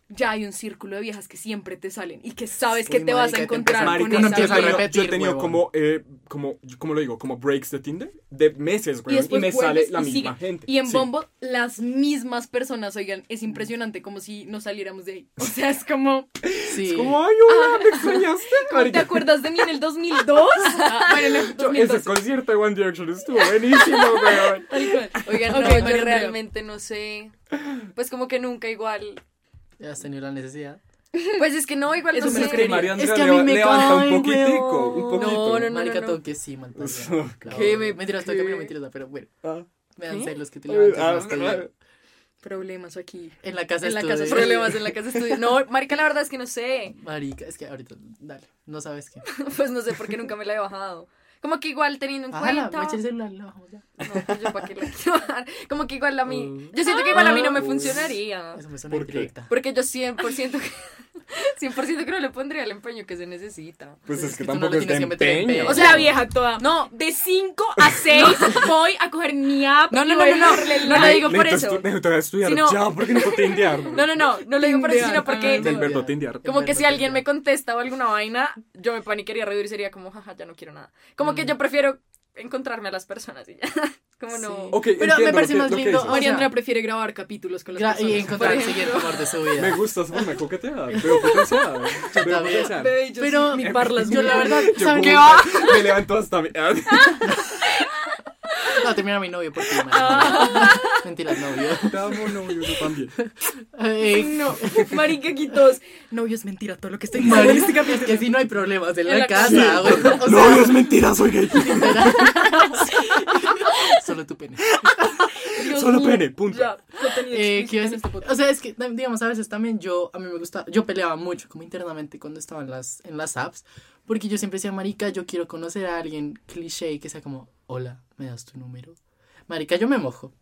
[SPEAKER 2] Ya hay un círculo de viejas que siempre te salen y que sabes que
[SPEAKER 3] Uy,
[SPEAKER 2] te vas a
[SPEAKER 3] marica, te
[SPEAKER 2] encontrar
[SPEAKER 3] empiezas-
[SPEAKER 2] Ah, con
[SPEAKER 1] Marica,
[SPEAKER 3] uno
[SPEAKER 2] esa
[SPEAKER 1] yo he
[SPEAKER 3] empieza a
[SPEAKER 2] vieja.
[SPEAKER 1] tenido,
[SPEAKER 3] repetir,
[SPEAKER 1] yo he tenido
[SPEAKER 3] huevón.
[SPEAKER 1] como, eh, como, ¿cómo lo digo? Como breaks de Tinder de meses,
[SPEAKER 2] Y
[SPEAKER 1] güey. Y,
[SPEAKER 2] después
[SPEAKER 1] me
[SPEAKER 2] vuelves
[SPEAKER 1] sale la
[SPEAKER 2] y
[SPEAKER 1] misma
[SPEAKER 2] sigue.
[SPEAKER 1] gente.
[SPEAKER 2] Y en
[SPEAKER 1] Sí.
[SPEAKER 2] Bombo, las mismas personas, oigan, es impresionante como si no saliéramos de ahí. O sea, es como,
[SPEAKER 3] Sí. Ah.
[SPEAKER 1] Es como, ay, hola, me extrañaste,
[SPEAKER 2] ¿te
[SPEAKER 1] marica.
[SPEAKER 2] acuerdas de mí en el 2002? Ah, bueno, en el
[SPEAKER 1] Yo, ese
[SPEAKER 2] 2002.
[SPEAKER 1] concierto de One Direction estuvo buenísimo, güey.
[SPEAKER 2] Tal cual.
[SPEAKER 4] Oigan,
[SPEAKER 2] Ok,
[SPEAKER 4] no,
[SPEAKER 2] María
[SPEAKER 4] yo
[SPEAKER 2] Andrea.
[SPEAKER 4] realmente no sé. Pues como que nunca igual.
[SPEAKER 3] Has tenido la necesidad.
[SPEAKER 4] Pues es que no, igual
[SPEAKER 2] Eso
[SPEAKER 4] no
[SPEAKER 2] me lo
[SPEAKER 4] sé.
[SPEAKER 2] creería.
[SPEAKER 1] María
[SPEAKER 3] Es que
[SPEAKER 1] Andrea
[SPEAKER 3] a mí
[SPEAKER 1] leva-
[SPEAKER 3] me
[SPEAKER 1] levanta
[SPEAKER 3] caen,
[SPEAKER 1] un poquitico,
[SPEAKER 3] huevón.
[SPEAKER 1] un poquito.
[SPEAKER 4] No, no, no.
[SPEAKER 3] Marica, todo que sí, man.
[SPEAKER 1] Uf,
[SPEAKER 3] Claro.
[SPEAKER 4] ¿qué me-
[SPEAKER 3] Mentiras, todo que
[SPEAKER 4] qué?
[SPEAKER 3] me mentiras, pero bueno.
[SPEAKER 1] Ah.
[SPEAKER 3] Me dan
[SPEAKER 4] ¿Qué?
[SPEAKER 3] celos que te levantes más que yo.
[SPEAKER 2] Problemas aquí.
[SPEAKER 3] En la casa
[SPEAKER 4] En la casa
[SPEAKER 3] estuve-
[SPEAKER 4] problemas, en la casa estudio. No, marica, la verdad es que no sé.
[SPEAKER 3] Marica, es que ahorita, dale, no sabes qué.
[SPEAKER 4] Pues no sé por qué nunca me la he bajado. Como que igual teniendo en
[SPEAKER 3] Bájala, me
[SPEAKER 4] cuenta.
[SPEAKER 3] eché el celular, la bajamos ya.
[SPEAKER 4] No, pues yo para qué la quiero bajar. Como que igual a mí. Yo siento que igual a mí no me
[SPEAKER 1] Ah.
[SPEAKER 4] funcionaría.
[SPEAKER 3] Eso me suena
[SPEAKER 1] ¿Por qué?
[SPEAKER 3] indirecta.
[SPEAKER 4] Porque yo 100% que, 100% que no le pondría el empeño que se necesita.
[SPEAKER 1] Pues
[SPEAKER 3] es
[SPEAKER 1] es que
[SPEAKER 3] que tú no
[SPEAKER 1] tampoco
[SPEAKER 3] le
[SPEAKER 1] es de
[SPEAKER 3] tienes que meter en
[SPEAKER 1] empeño.
[SPEAKER 3] pedo.
[SPEAKER 2] O sea, vieja toda.
[SPEAKER 4] Eh, No,
[SPEAKER 2] De 5 a 6 voy a coger mi app.
[SPEAKER 4] No, no,
[SPEAKER 2] y
[SPEAKER 4] no,
[SPEAKER 2] voy a
[SPEAKER 4] no, no.
[SPEAKER 2] darle
[SPEAKER 4] No,
[SPEAKER 2] like.
[SPEAKER 4] lo digo por
[SPEAKER 1] Necesito
[SPEAKER 4] eso.
[SPEAKER 1] estu- Necesito estudiar
[SPEAKER 4] Si no-
[SPEAKER 1] ya, porque no puedo tindear.
[SPEAKER 4] no, no, no, no lo digo por eso, sino porque
[SPEAKER 1] Del verbo tindear.
[SPEAKER 4] Como que si alguien me contesta o alguna vaina, yo me paniquería reír y sería como, jaja, ya no quiero nada. Como que
[SPEAKER 3] Mm.
[SPEAKER 4] yo prefiero encontrarme a las personas y ya. Como no.
[SPEAKER 1] Ok,
[SPEAKER 3] Pero me
[SPEAKER 1] entiendo lo
[SPEAKER 3] parece
[SPEAKER 1] que-
[SPEAKER 3] más
[SPEAKER 1] lo que
[SPEAKER 3] lindo-
[SPEAKER 1] dices.
[SPEAKER 2] María
[SPEAKER 3] o sea-
[SPEAKER 2] Andrea prefiere grabar capítulos con las
[SPEAKER 3] Gra-
[SPEAKER 2] personas.
[SPEAKER 3] y encontrar el
[SPEAKER 4] por
[SPEAKER 3] siguiente amor de su vida.
[SPEAKER 1] Me gusta esa forma de coquetear. Veo potencial. Veo
[SPEAKER 3] también.
[SPEAKER 1] potencial.
[SPEAKER 2] Bebé, yo
[SPEAKER 3] Pero
[SPEAKER 2] sí, mi parla es
[SPEAKER 3] yo
[SPEAKER 2] muy-
[SPEAKER 3] la verdad,
[SPEAKER 1] Yo
[SPEAKER 3] ¿saben
[SPEAKER 1] como
[SPEAKER 3] qué?
[SPEAKER 1] tal, Me Ah, levanto hasta mi.
[SPEAKER 4] Ah.
[SPEAKER 3] No, termina mi novio por ti, man. Mentira, novio.
[SPEAKER 1] Te amo, novio, yo también.
[SPEAKER 3] Eh,
[SPEAKER 2] No, marica, quitos. Novio, es mentira todo lo que estoy diciendo en
[SPEAKER 3] Marica,
[SPEAKER 2] este
[SPEAKER 3] es
[SPEAKER 2] capítulo.
[SPEAKER 3] que si no hay problemas en,
[SPEAKER 4] En
[SPEAKER 3] la,
[SPEAKER 4] la
[SPEAKER 3] casa,
[SPEAKER 4] casa.
[SPEAKER 3] güey. O
[SPEAKER 1] no,
[SPEAKER 3] sea,
[SPEAKER 1] es mentira, soy gay.
[SPEAKER 3] solo tu pene.
[SPEAKER 2] Dios
[SPEAKER 1] Solo
[SPEAKER 2] mío,
[SPEAKER 1] pene, punto.
[SPEAKER 2] Ya, contenido
[SPEAKER 3] Eh,
[SPEAKER 2] explícito
[SPEAKER 3] ¿qué iba a
[SPEAKER 2] en
[SPEAKER 3] decir?
[SPEAKER 2] este podcast.
[SPEAKER 3] o sea, es que tam- digamos a veces también yo a mí me gusta, yo peleaba mucho como internamente cuando estaba en las en las apps, porque yo siempre decía, "Marica, yo quiero conocer a alguien cliché que sea como, "Hola, ¿me das tu número?" Marica, yo me mojo.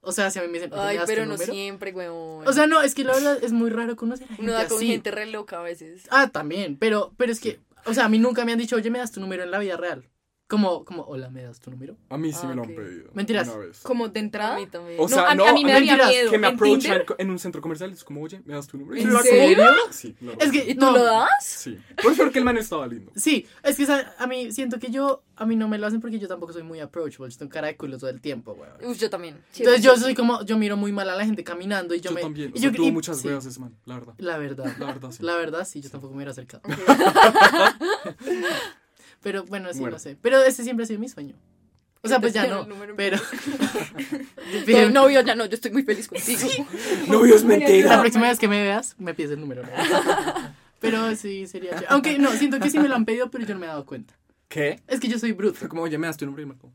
[SPEAKER 3] O sea, si a mí me dicen, "Oye, ¿me
[SPEAKER 4] Ay,
[SPEAKER 3] das
[SPEAKER 4] pero
[SPEAKER 3] tu
[SPEAKER 4] no
[SPEAKER 3] número?"
[SPEAKER 4] siempre, weón.
[SPEAKER 3] O sea, no, es que la verdad es muy raro conocer a gente
[SPEAKER 4] uno da con
[SPEAKER 3] así.
[SPEAKER 4] gente re loca a veces.
[SPEAKER 3] Ah, también, pero pero es que, o sea, a mí nunca me han dicho, "Oye, ¿me das tu número en la vida real?" Como como, "Hola, ¿me das tu número?"
[SPEAKER 1] A mí sí
[SPEAKER 4] Ah,
[SPEAKER 1] me lo han
[SPEAKER 4] ok.
[SPEAKER 1] pedido.
[SPEAKER 3] Mentiras.
[SPEAKER 1] Una vez.
[SPEAKER 2] Como de
[SPEAKER 4] A
[SPEAKER 2] entrada.
[SPEAKER 4] mí también.
[SPEAKER 1] O sea,
[SPEAKER 2] a,
[SPEAKER 1] no,
[SPEAKER 2] a mí me
[SPEAKER 1] a-
[SPEAKER 2] daría
[SPEAKER 3] mentiras,
[SPEAKER 2] miedo.
[SPEAKER 1] que me
[SPEAKER 2] ¿En Tinder?
[SPEAKER 1] aprovechan en un centro comercial. Es como, oye, ¿me das tu número? Y
[SPEAKER 2] ¿En
[SPEAKER 1] yo era
[SPEAKER 2] serio?
[SPEAKER 1] como, Sí. lo
[SPEAKER 3] Es
[SPEAKER 1] recuerdo.
[SPEAKER 3] que
[SPEAKER 4] ¿Tú
[SPEAKER 3] no,
[SPEAKER 4] lo das?
[SPEAKER 1] Sí. Pues porque el man estaba lindo.
[SPEAKER 3] Sí, es que esa- a mí siento que yo, a mí no me lo hacen porque yo tampoco soy muy approachable, yo tengo cara de culo todo el tiempo, güey.
[SPEAKER 4] Uf, yo también. Sí,
[SPEAKER 3] Entonces
[SPEAKER 4] sí,
[SPEAKER 3] yo
[SPEAKER 4] sí.
[SPEAKER 3] soy como, yo miro muy mal a la gente caminando y yo,
[SPEAKER 1] Yo,
[SPEAKER 3] me...
[SPEAKER 1] también.
[SPEAKER 3] y
[SPEAKER 1] o sea,
[SPEAKER 3] yo-
[SPEAKER 1] tuvo
[SPEAKER 3] y-
[SPEAKER 1] muchas
[SPEAKER 3] sí,
[SPEAKER 1] veces ese man, la verdad.
[SPEAKER 3] La verdad,
[SPEAKER 1] La verdad, sí.
[SPEAKER 3] la verdad sí, yo tampoco me hubiera acercado. Pero bueno, sí,
[SPEAKER 1] Bueno.
[SPEAKER 3] no sé. Pero ese siempre ha sido mi sueño. O sea, pues ya
[SPEAKER 4] Entonces,
[SPEAKER 3] no,
[SPEAKER 4] el número-
[SPEAKER 3] pero...
[SPEAKER 4] Todo
[SPEAKER 3] pero
[SPEAKER 4] novio, ya no, yo estoy muy feliz contigo.
[SPEAKER 1] Novio es
[SPEAKER 3] la
[SPEAKER 1] mentira.
[SPEAKER 3] próxima vez que me veas, me pides el número. ¿no? Pero sí, sería... chévere. Aunque no, siento que sí me lo han pedido, pero yo no me he dado cuenta.
[SPEAKER 1] ¿Qué?
[SPEAKER 3] Es que yo soy bruto.
[SPEAKER 1] Fue como, oye, ¿me das tu número? Y me dijo,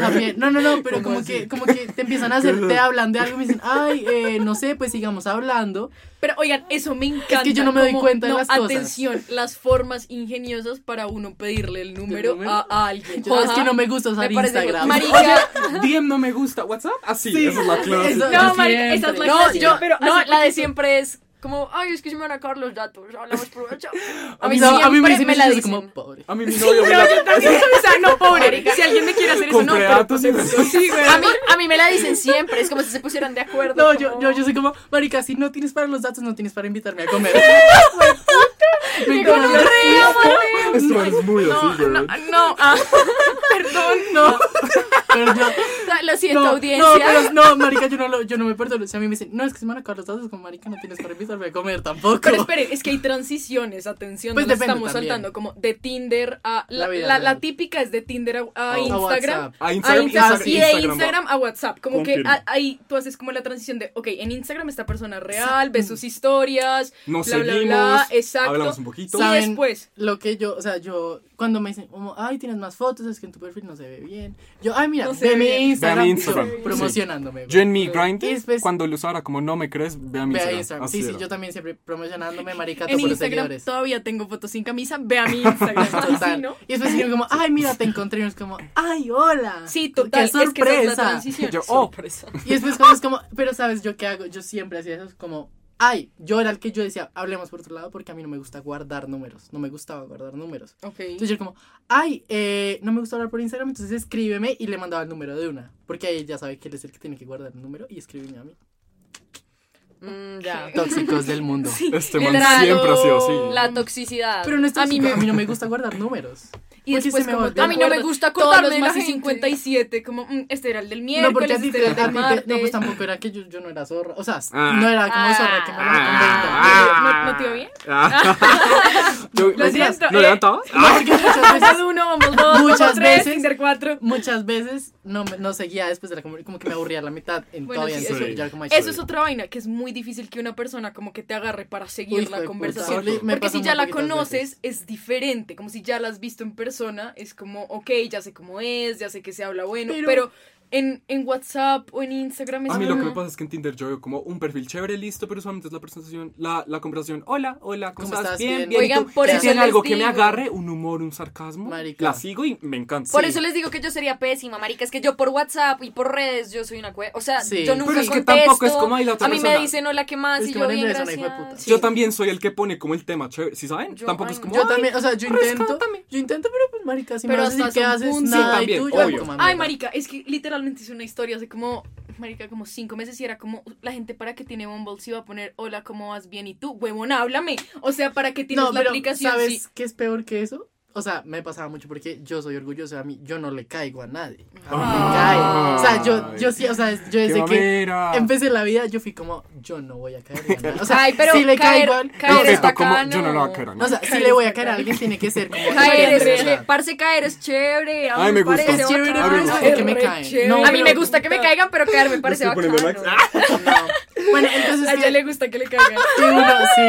[SPEAKER 3] También. No, no, no, pero
[SPEAKER 1] ¿Cómo
[SPEAKER 3] como
[SPEAKER 1] así?
[SPEAKER 3] que, como que te empiezan a hacer, te hablan de algo y me dicen, ay, eh, no sé, pues sigamos hablando.
[SPEAKER 2] Pero oigan, eso me encanta.
[SPEAKER 3] que yo no me doy cuenta de las cosas.
[SPEAKER 2] Atención, las formas ingeniosas para uno pedirle el número,
[SPEAKER 3] número?
[SPEAKER 2] A, a alguien.
[SPEAKER 3] Yo, "Ah, es
[SPEAKER 4] Ajá.
[SPEAKER 3] que no me gusta usar
[SPEAKER 4] Me parece
[SPEAKER 3] Instagram.
[SPEAKER 4] Marica.
[SPEAKER 1] DM no me gusta. ¿WhatsApp? Así.
[SPEAKER 3] Sí.
[SPEAKER 1] Esa es la clase.
[SPEAKER 3] Eso-
[SPEAKER 2] No,
[SPEAKER 3] Yo
[SPEAKER 2] María, esa es la
[SPEAKER 3] siempre.
[SPEAKER 4] No,
[SPEAKER 2] clásica.
[SPEAKER 4] yo,
[SPEAKER 2] pero
[SPEAKER 4] no,
[SPEAKER 2] hace
[SPEAKER 4] la de
[SPEAKER 2] poquito-
[SPEAKER 4] siempre es como, ay, es que se me van a acabar los datos, hablamos por WhatsApp. A mí
[SPEAKER 3] No,
[SPEAKER 4] siempre me
[SPEAKER 3] eso,
[SPEAKER 4] la
[SPEAKER 3] yo soy
[SPEAKER 4] dicen.
[SPEAKER 3] como, pobre.
[SPEAKER 1] A mí mi novio me
[SPEAKER 2] Pero
[SPEAKER 1] la...
[SPEAKER 2] yo también, o sea, no, pobre. Si alguien me quiere hacer eso, no,
[SPEAKER 1] Compré
[SPEAKER 2] pero
[SPEAKER 1] datos y me-
[SPEAKER 2] sí, güey.
[SPEAKER 4] A mí, a mí me la dicen siempre, es como si se pusieran de acuerdo.
[SPEAKER 3] No,
[SPEAKER 4] como-
[SPEAKER 3] yo, yo, yo soy como, marica, si no tienes para los datos, no tienes para invitarme a comer. Me
[SPEAKER 4] Digo, no,
[SPEAKER 3] encanta.
[SPEAKER 1] Esto es muy
[SPEAKER 2] No,
[SPEAKER 1] así,
[SPEAKER 2] no,
[SPEAKER 1] güey.
[SPEAKER 2] no, ah, perdón, no.
[SPEAKER 3] Pero yo,
[SPEAKER 4] Lo siento,
[SPEAKER 3] no, no,
[SPEAKER 4] audiencia.
[SPEAKER 3] pero no, marica, yo no, lo, yo no me perdono. Si a mí me dicen, no, es que se me van a acabar los datos, como, marica, no tienes para invitarme a comer tampoco.
[SPEAKER 2] Pero esperen, es que hay transiciones, atención,
[SPEAKER 3] Pues
[SPEAKER 2] no nos
[SPEAKER 3] depende
[SPEAKER 2] estamos
[SPEAKER 3] también.
[SPEAKER 2] saltando como de Tinder a la,
[SPEAKER 3] La vida
[SPEAKER 2] la-
[SPEAKER 3] real.
[SPEAKER 2] la típica es de Tinder a, a
[SPEAKER 1] A
[SPEAKER 3] A
[SPEAKER 2] Instagram.
[SPEAKER 3] WhatsApp.
[SPEAKER 1] A
[SPEAKER 2] a Instagram,
[SPEAKER 1] Instagram, Instagram,
[SPEAKER 2] y de
[SPEAKER 1] Instagram.
[SPEAKER 2] Instagram a WhatsApp. Como
[SPEAKER 1] Confirmo.
[SPEAKER 2] que a- ahí tú haces como la transición de, ok, en Instagram esta persona real, ves sus historias,
[SPEAKER 1] Nos
[SPEAKER 2] bla, bla,
[SPEAKER 1] seguimos,
[SPEAKER 2] bla, exacto.
[SPEAKER 1] hablamos un poquito.
[SPEAKER 2] y
[SPEAKER 3] ¿Saben?
[SPEAKER 2] después,
[SPEAKER 3] Lo que yo, o sea, yo, cuando me dicen, como, ay, tienes más fotos, es que en tu perfil no se ve bien. Yo, ay, mira,
[SPEAKER 2] No se
[SPEAKER 3] ve
[SPEAKER 2] ve
[SPEAKER 3] mi
[SPEAKER 2] bien.
[SPEAKER 3] Instagram.
[SPEAKER 1] Ve a mi
[SPEAKER 3] yo
[SPEAKER 1] Instagram, sí.
[SPEAKER 3] promocionándome.
[SPEAKER 1] Yo en mi
[SPEAKER 3] Y
[SPEAKER 1] grind,
[SPEAKER 3] después-
[SPEAKER 1] cuando lo usara como no me crees, ve a mi
[SPEAKER 3] Ve a
[SPEAKER 1] Instagram.
[SPEAKER 3] Instagram.
[SPEAKER 1] Así
[SPEAKER 3] Sí, sí,
[SPEAKER 1] era.
[SPEAKER 3] yo también siempre promocionándome, marica,
[SPEAKER 2] en
[SPEAKER 3] por los
[SPEAKER 2] Instagram
[SPEAKER 3] seguidores.
[SPEAKER 2] todavía tengo fotos sin camisa, ve a mi Instagram. Así,
[SPEAKER 3] Total.
[SPEAKER 2] ¿no?
[SPEAKER 3] Y después dijeron como, ay, mira, te encontré. Y es como, ay, hola.
[SPEAKER 2] Sí, total,
[SPEAKER 3] Qué
[SPEAKER 2] es que esa es la
[SPEAKER 3] sorpresa.
[SPEAKER 2] transición.
[SPEAKER 1] Yo, oh.
[SPEAKER 3] y después cuando es como, pero ¿sabes yo qué hago? Yo siempre hacía eso, es como, ay, yo era el que yo decía, hablemos por otro lado porque a mí no me gusta guardar números. No me gustaba guardar números.
[SPEAKER 2] Ok.
[SPEAKER 3] Entonces yo como, ay, eh, no me gusta hablar por Instagram, entonces escríbeme y le mandaba el número de una. Porque ahí ya sabe que él es el que tiene que guardar el número y escríbeme a mí.
[SPEAKER 4] Mm, ya.
[SPEAKER 3] Tóxicos del mundo.
[SPEAKER 1] Este man
[SPEAKER 4] Literal.
[SPEAKER 1] siempre ha sido así.
[SPEAKER 4] La toxicidad.
[SPEAKER 3] Pero no es
[SPEAKER 4] a mí
[SPEAKER 3] tóxico,
[SPEAKER 4] me,
[SPEAKER 3] a mí no me gusta guardar números.
[SPEAKER 2] Y
[SPEAKER 3] Porque
[SPEAKER 2] después
[SPEAKER 3] se me
[SPEAKER 2] como
[SPEAKER 3] volvió
[SPEAKER 2] te
[SPEAKER 3] a mí no me
[SPEAKER 2] acuerdas
[SPEAKER 4] gusta
[SPEAKER 2] todos
[SPEAKER 4] acordarme
[SPEAKER 2] los
[SPEAKER 4] de la
[SPEAKER 2] más de
[SPEAKER 4] gente.
[SPEAKER 2] 57, como mm, este era el del miércoles,
[SPEAKER 3] No, porque a ti
[SPEAKER 2] este
[SPEAKER 3] te-
[SPEAKER 2] era el
[SPEAKER 3] a
[SPEAKER 2] del
[SPEAKER 3] ti te-
[SPEAKER 2] martes.
[SPEAKER 3] No, pues tampoco era que yo, yo no era zorra. O sea,
[SPEAKER 1] Ah.
[SPEAKER 3] no era como
[SPEAKER 4] Ah.
[SPEAKER 3] zorra que me lo
[SPEAKER 1] Ah.
[SPEAKER 2] ¿No- no te iba bien?
[SPEAKER 1] Yo-
[SPEAKER 2] Lo siento,
[SPEAKER 1] ¿No
[SPEAKER 2] eh.
[SPEAKER 1] levantabas?
[SPEAKER 2] Vamos uno, vamos dos, vamos
[SPEAKER 3] Muchas
[SPEAKER 2] tres,
[SPEAKER 3] veces.
[SPEAKER 2] Tinder cuatro.
[SPEAKER 3] Muchas veces no, me- no seguía después de la comunidad, como que me aburría la mitad en
[SPEAKER 2] Bueno,
[SPEAKER 3] todavía en
[SPEAKER 2] sí,
[SPEAKER 1] eso-
[SPEAKER 3] Twitter, ya como ahí
[SPEAKER 2] Eso es
[SPEAKER 3] estoy.
[SPEAKER 2] otra vaina, que es muy difícil que una persona como que te agarre para seguir
[SPEAKER 3] Uy, hijo
[SPEAKER 2] la
[SPEAKER 3] de
[SPEAKER 2] conversación.
[SPEAKER 1] puta.
[SPEAKER 3] horrible, me
[SPEAKER 2] Porque
[SPEAKER 3] pasa
[SPEAKER 2] si
[SPEAKER 3] muy
[SPEAKER 2] ya la
[SPEAKER 3] poquitas
[SPEAKER 2] conoces,
[SPEAKER 3] veces.
[SPEAKER 2] es diferente. Como si ya la has visto en persona, es como, ok, ya sé cómo es, ya sé que se habla bueno. Pero,
[SPEAKER 3] Pero-
[SPEAKER 2] en, en WhatsApp o en Instagram es
[SPEAKER 1] A mí lo que me
[SPEAKER 2] como-
[SPEAKER 1] pasa es que en Tinder yo veo como un perfil chévere, listo, pero solamente es la presentación, la, la conversación. Hola, hola, ¿cómo,
[SPEAKER 3] ¿Cómo estás?
[SPEAKER 1] estás? Bien,
[SPEAKER 3] Bien.
[SPEAKER 1] bien. ¿y
[SPEAKER 4] Oigan,
[SPEAKER 1] tú?
[SPEAKER 4] por
[SPEAKER 1] si
[SPEAKER 4] eso
[SPEAKER 1] tiene
[SPEAKER 4] les
[SPEAKER 1] algo que me
[SPEAKER 4] digo.
[SPEAKER 1] agarre, un humor, un sarcasmo,
[SPEAKER 3] Marica.
[SPEAKER 1] la sigo y me encanta.
[SPEAKER 4] Por
[SPEAKER 1] Sí.
[SPEAKER 4] eso les digo que yo sería pésima, marica. Es que yo por WhatsApp y por redes yo soy una cue... O sea,
[SPEAKER 3] Sí.
[SPEAKER 4] yo nunca
[SPEAKER 1] Pero es que
[SPEAKER 4] contesto.
[SPEAKER 1] tampoco es como ahí la otra
[SPEAKER 4] A mí
[SPEAKER 1] persona.
[SPEAKER 4] me dicen hola, ¿qué más?
[SPEAKER 3] Es
[SPEAKER 4] y
[SPEAKER 3] que
[SPEAKER 4] yo
[SPEAKER 3] Vanessa
[SPEAKER 4] bien,
[SPEAKER 3] es una hija de puta.
[SPEAKER 4] gracias.
[SPEAKER 1] Yo también soy el que pone como el tema chévere, ¿sí saben?
[SPEAKER 4] Yo-
[SPEAKER 1] Tampoco
[SPEAKER 4] ay,
[SPEAKER 1] es como...
[SPEAKER 3] Yo
[SPEAKER 1] "Ay,
[SPEAKER 3] también, o sea, yo intento,
[SPEAKER 1] rescátame".
[SPEAKER 3] yo intento, pero pues marica, si
[SPEAKER 2] Pero
[SPEAKER 3] me vas a decir
[SPEAKER 2] hasta
[SPEAKER 3] que
[SPEAKER 2] un
[SPEAKER 3] haces
[SPEAKER 2] punto.
[SPEAKER 3] nada
[SPEAKER 1] Sí, también,
[SPEAKER 3] y tú, yo
[SPEAKER 1] obvio.
[SPEAKER 3] como,
[SPEAKER 2] Ay,
[SPEAKER 3] mierda.
[SPEAKER 2] marica, es que literalmente hice una historia hace como, marica, como cinco meses y era como, la gente para que tiene Bumble si va a poner, hola, ¿cómo vas bien? Y tú, huevona, háblame. O sea, para que tienes
[SPEAKER 3] No,
[SPEAKER 2] la
[SPEAKER 3] pero
[SPEAKER 2] aplicación.
[SPEAKER 3] ¿sabes
[SPEAKER 2] sí.
[SPEAKER 3] qué es peor que eso? o sea, me pasaba mucho porque yo soy orgulloso, a mí yo no le caigo a nadie. A mí me cae.
[SPEAKER 1] Ah.
[SPEAKER 3] O sea, yo, yo sí, o sea, yo
[SPEAKER 1] Qué
[SPEAKER 3] desde que
[SPEAKER 1] mamera.
[SPEAKER 3] empecé la vida, yo fui como, yo no voy a caer. a nadie. O sea,
[SPEAKER 4] Ay, pero
[SPEAKER 3] si le
[SPEAKER 4] caer,
[SPEAKER 3] caigo al- Este,
[SPEAKER 4] caer
[SPEAKER 1] Respeto,
[SPEAKER 4] es
[SPEAKER 1] como
[SPEAKER 4] bacano.
[SPEAKER 1] yo no lo voy a caer a nadie.
[SPEAKER 3] o sea, si le voy a caer a alguien, tiene que ser como.
[SPEAKER 4] Caer es
[SPEAKER 3] Andrea.
[SPEAKER 4] chévere. Parce, caer es chévere. A mí
[SPEAKER 1] Ay, me gusta.
[SPEAKER 4] parece
[SPEAKER 1] Es chévere,
[SPEAKER 4] bacano.
[SPEAKER 1] a mí me gusta.
[SPEAKER 3] Es que me caen. No,
[SPEAKER 4] A mí me gusta que me caigan, pero caer me parece
[SPEAKER 1] estoy
[SPEAKER 4] bacano.
[SPEAKER 1] poniendo like.
[SPEAKER 3] No. Bueno, entonces.
[SPEAKER 2] A ella
[SPEAKER 3] sí,
[SPEAKER 2] le gusta que le caigan.
[SPEAKER 3] sí, uno, sí.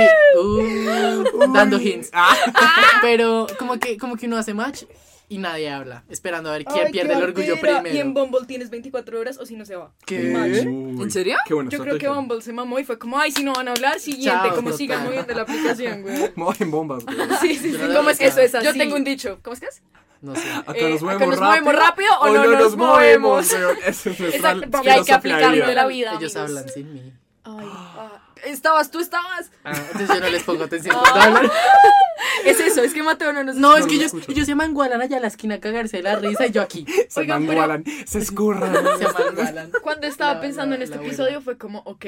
[SPEAKER 3] uh, dando hints. Pero como que, como que uno hace match y nadie habla, esperando a ver quién
[SPEAKER 2] Ay,
[SPEAKER 3] pierde
[SPEAKER 2] qué
[SPEAKER 3] el orgullo
[SPEAKER 2] artera.
[SPEAKER 3] primero.
[SPEAKER 2] Y en Bumble tienes 24 horas o si no se va.
[SPEAKER 3] ¿Qué?
[SPEAKER 1] Uy,
[SPEAKER 4] ¿En serio?
[SPEAKER 1] Qué buena
[SPEAKER 2] Yo creo que
[SPEAKER 1] estrategia.
[SPEAKER 2] Bumble se mamó y fue como, ay, si no van a hablar, siguiente,
[SPEAKER 3] Chao,
[SPEAKER 2] como sigan
[SPEAKER 3] total.
[SPEAKER 2] moviendo la aplicación, güey.
[SPEAKER 1] Mojen bombas, güey.
[SPEAKER 2] Sí, sí, sí.
[SPEAKER 3] Yo no
[SPEAKER 2] ¿Cómo es
[SPEAKER 3] sé.
[SPEAKER 2] que eso es
[SPEAKER 1] Ah,
[SPEAKER 2] así?
[SPEAKER 4] Yo tengo un dicho. ¿Cómo es que es?
[SPEAKER 3] No sé.
[SPEAKER 1] Acá
[SPEAKER 4] Eh,
[SPEAKER 1] nos
[SPEAKER 4] acá
[SPEAKER 1] movemos
[SPEAKER 4] nos
[SPEAKER 1] rápido.
[SPEAKER 4] movemos rápido o no nos movemos.
[SPEAKER 1] weón. Ese es nuestra
[SPEAKER 4] Exacto, y hay que
[SPEAKER 1] filosofía de
[SPEAKER 4] aplicarlo
[SPEAKER 1] vida.
[SPEAKER 4] en la vida.
[SPEAKER 3] Ellos
[SPEAKER 4] amigos.
[SPEAKER 3] hablan sin mí.
[SPEAKER 4] Ay, ah, estabas, tú estabas.
[SPEAKER 3] Ah, entonces yo no les pongo atención cuando hablan.
[SPEAKER 4] Es eso, es que Mateo no nos
[SPEAKER 3] No, es
[SPEAKER 1] no
[SPEAKER 3] que
[SPEAKER 1] lo
[SPEAKER 3] ellos,
[SPEAKER 1] escucho.
[SPEAKER 3] ellos se mangualan allá a la esquina a cagarse de la risa y yo aquí.
[SPEAKER 1] Se
[SPEAKER 2] Oigan, pero-
[SPEAKER 1] mangualan, se escurran.
[SPEAKER 3] Se mangualan.
[SPEAKER 2] Cuando estaba
[SPEAKER 3] La-
[SPEAKER 2] pensando
[SPEAKER 3] la-
[SPEAKER 2] en este
[SPEAKER 3] la
[SPEAKER 2] episodio
[SPEAKER 3] abuela.
[SPEAKER 2] fue como, ok,